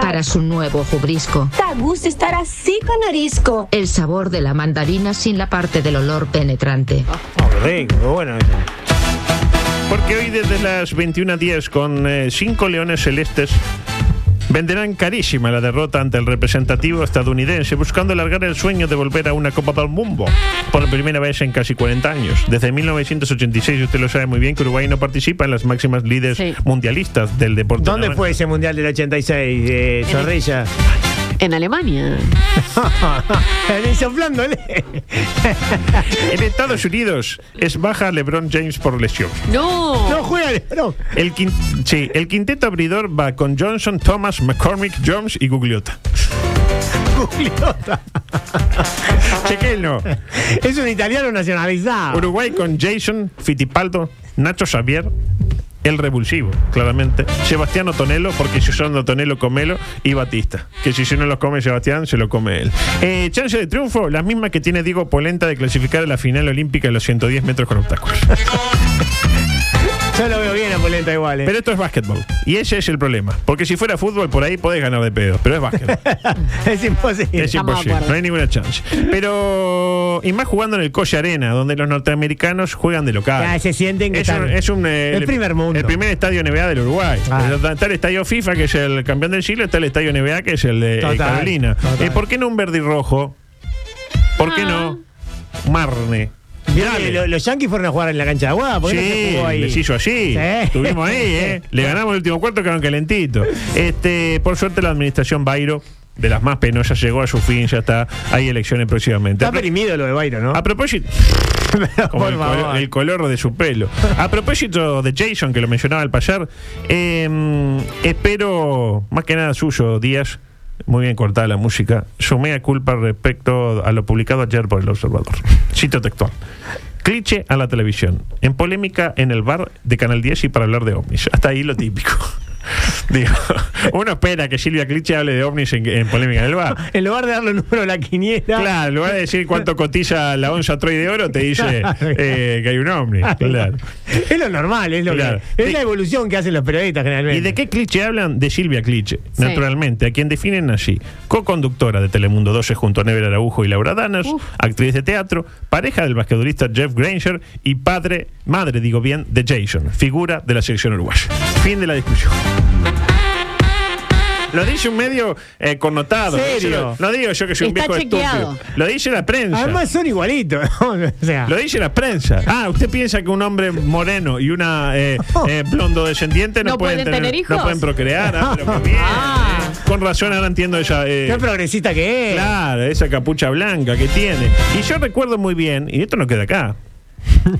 D: Para su nuevo jubrisco.
O: Da gusto estar así con Arisco.
D: El sabor de la mandarina sin la parte del olor penetrante.
C: Oh, rico, bueno. eso.
G: Porque hoy desde las 21.10 con 5 leones celestes venderán carísima la derrota ante el representativo estadounidense buscando alargar el sueño de volver a una Copa del Mundo por primera vez en casi 40 años. Desde 1986 usted lo sabe muy bien que Uruguay no participa en las máximas líderes
J: Sí.
G: mundialistas del deporte.
C: ¿Dónde
G: naranja.
C: fue ese mundial del 86, eh, Zorrilla?
J: En Alemania.
C: Ni soplándole.
G: En Estados Unidos es baja LeBron James por lesión.
J: No.
C: No juega, no.
G: El, quin- sí, el quinteto abridor va con Johnson, Thomas, McCormick, Jones y Gugliotta.
C: Juliota.
G: Chequenlo.
C: Es un italiano nacionalizado.
G: Uruguay con Jason, Fitipaldo, Nacho Xavier, el revulsivo, claramente. Sebastián Otonelo, porque si son Otonelo, comelo. Y Batista, que si se no los come Sebastián, se lo come él. Eh, chance de triunfo, la misma que tiene Diego Polenta de clasificar a la final olímpica de los 110 metros con obstáculos.
C: Yo lo veo bien a Polenta igual. eh.
G: Pero esto es básquetbol. Y ese es el problema. Porque si fuera fútbol, por ahí podés ganar de pedo. Pero es básquetbol.
C: es imposible.
G: Es imposible, no hay ninguna chance. Pero, y más jugando en el Coche Arena, donde los norteamericanos juegan de local.
C: Ah, se sienten que
G: es un,
C: están-
G: es un, eh,
C: El primer mundo. Ah.
G: El primer estadio NBA del Uruguay. Está- Está el estadio FIFA, que es el campeón del siglo, está el estadio NBA, que es el de eh,
C: Total,
G: Carolina.
C: total.
G: Eh, ¿Por qué no un verde y rojo? ¿Por qué no Marne?
C: Vieron
G: Dale.
C: que lo- los Yankees fueron a jugar en la cancha de Aguada. ¿Por qué Ah, no se
G: Sí,
C: jugó ahí?
G: les hizo allí.
C: Sí.
G: Estuvimos ahí, ¿eh? Le ganamos el último cuarto, quedaron calentitos. Este, por suerte, la administración Bairo, de las más penosas, llegó a su fin, ya está. Hay elecciones próximamente.
C: Está perimido lo de Bayro, ¿no?
G: A propósito. Ah, Como
C: por
G: el, colo-
C: favor.
G: el color de su pelo. A propósito de Jason, que lo mencionaba al pasar, eh, espero, más que nada suyo, Díaz, muy bien cortada la música, su mea culpa respecto a lo publicado ayer por El Observador. Cito textual. Cliché a la televisión. En polémica en el bar de Canal 10 y para hablar de ovnis. Hasta ahí lo típico. Digo, uno espera que Silvia Cliché hable de ovnis en, en polémica en el bar.
C: En lugar de darle un número a la quiniela.
G: Claro, en lugar de decir cuánto cotiza la onza Troy de oro, te dice
C: Claro.
G: eh, que hay un ovni. Claro.
C: Es lo normal, es lo
G: Claro.
C: que- Es la evolución que hacen los periodistas generalmente.
G: ¿Y de qué cliché hablan? De Silvia Cliché, naturalmente, a quien definen así. Co-conductora de Telemundo 12 junto a Never Araujo y Laura Danas, actriz de teatro, pareja del basquetbolista Jeff Granger y padre, madre, digo bien, de Jason, figura de la selección uruguaya. Fin de la discusión. Lo dice un medio eh, connotado.
C: ¿Serio?
G: Eso lo- No digo yo que soy un
J: Está
G: viejo
J: chequeado.
G: estúpido. Lo dice la prensa.
C: Además Ah, son igualitos. o
J: Ah.
C: sea,
G: Lo dice la prensa. Ah, usted piensa que un hombre moreno y una eh, eh, blondo descendiente no,
J: ¿No pueden tener hijos? Ah.
G: no pueden procrear. Ah, pero qué bien, eh. Con razón ahora entiendo esa. eh,
C: qué progresista que es.
G: claro, esa capucha blanca que tiene. Y yo recuerdo muy bien, y esto no queda acá.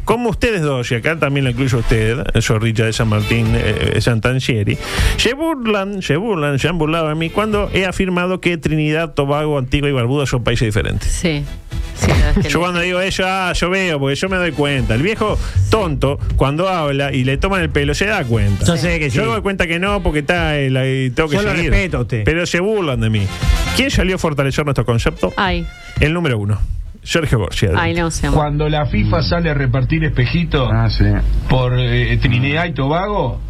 G: Como ustedes dos, y acá también lo incluyo a usted, eh, Zorrilla de San Martín eh, eh, Santancieri, se burlan, se burlan, se han burlado a mí cuando he afirmado que Trinidad, Tobago, Antigua y Barbuda son países diferentes.
J: Sí. Sí, la verdad es que
G: Yo
J: no.
G: cuando digo eso, ah, yo veo, porque yo me doy cuenta. El viejo tonto, cuando habla y le toman el pelo, se da cuenta.
C: Yo sé que sí.
G: Yo me doy cuenta que no, porque está el, ahí tengo que
C: Yo lo
G: seguir.
C: respeto a usted.
G: Pero se burlan de mí. ¿Quién salió a fortalecer nuestro concepto?
C: Ah.
J: Ay,
G: El número uno. Sergio Borgia.
J: ay, no, se amor.
R: Cuando la FIFA sale a repartir espejitos por eh, Trinidad y Tobago,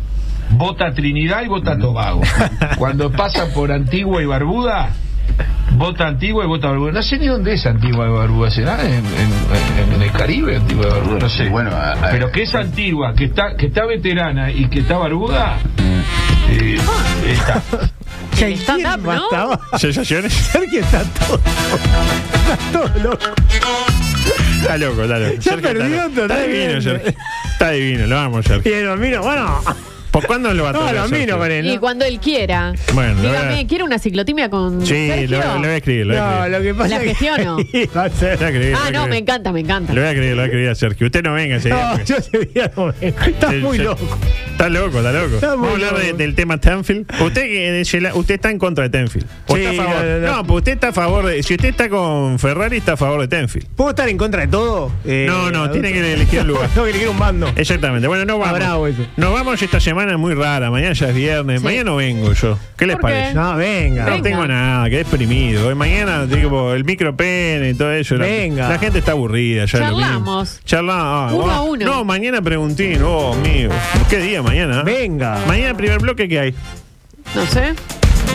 R: vota Trinidad y vota Tobago. Cuando pasa por Antigua y Barbuda, vota Antigua y vota Barbuda. No sé ni dónde es Antigua y Barbuda, será en, en- en- en el Caribe Antigua y Barbuda, no sé.
F: Bueno, a-
D: Ah,
F: a-
R: Pero que es Antigua, que está, que está veterana y que está Barbuda, eh, está.
C: El
J: stand-up, ¿no?
G: ¿Sensaciones?
C: Sergio está todo. Está todo loco.
G: Está loco, está loco.
C: Ya
G: Sergio está
C: perdió
G: loco. Está divino,
C: totalmente.
G: Sergio. Está divino, lo vamos, Sergio.
C: Y el bambino, bueno.
G: ¿Por cuándo lo va a
C: No,
G: tocar?
C: lo
G: Sergio?
C: miro con él.
J: Y
C: ¿no?
J: cuando él quiera.
G: Bueno, lo voy a-
J: Dígame, ¿quiere una ciclotimia con
G: Sí, lo,
J: Sergio?
G: lo voy a escribir. Lo voy a
C: No,
G: escribir.
C: lo que pasa
J: ¿La
C: es que-
J: gestiono?
C: Va a ser-
G: Lo voy a escribir,
J: Ah,
G: lo voy a
J: no,
G: escribir.
J: me encanta, me encanta.
G: Lo voy a creer, lo voy a creer a Sergio. Usted no venga, señor.
C: No, yo ese día no vengo. Está muy loco.
G: Está loco, está loco.
C: Está muy
G: Vamos a hablar
C: loco.
G: de- del tema Tenfield. Usted, que de Yela- usted está en contra de Tenfield. ¿O
C: Sí,
G: está a favor?
C: no,
G: No,
C: no, no.
G: pues usted está a favor de. Si usted está con Ferrari, está a favor de Tenfield.
C: ¿Puedo estar en contra de todo? Eh,
G: No, no, tiene
C: adulto.
G: que elegir el lugar.
C: Tengo que elegir un bando.
G: Exactamente. Bueno, no
C: Está
G: vamos.
C: bravo eso.
G: Nos vamos esta semana muy rara. Mañana ya es viernes.
J: Sí.
G: Mañana no vengo yo. ¿Qué les
J: ¿Por qué?
G: parece?
C: No, venga.
G: No tengo nada, quedé deprimido. Hoy mañana, digo, el micropene y todo eso. La-
C: Venga.
G: La, gente está aburrida. Ya es lo mismo.
J: Charlamos.
G: Charlamos. ah,
J: Uno
G: ah.
J: a uno.
G: No, mañana preguntín. Oh, mío. ¿Qué día mañana?
C: Venga.
G: Mañana primer bloque, ¿qué hay?
J: No sé,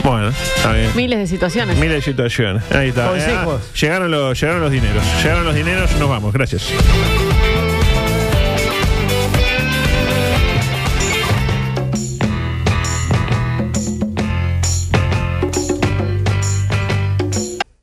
G: Bueno, está bien.
J: miles de situaciones.
G: Miles de situaciones. Ahí está.
C: Consejos.
G: Ah, llegaron, los, llegaron los dineros. Llegaron los dineros, nos vamos. Gracias.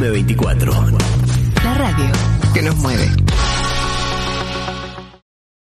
A: M24.
T: La radio.
A: Que nos mueve.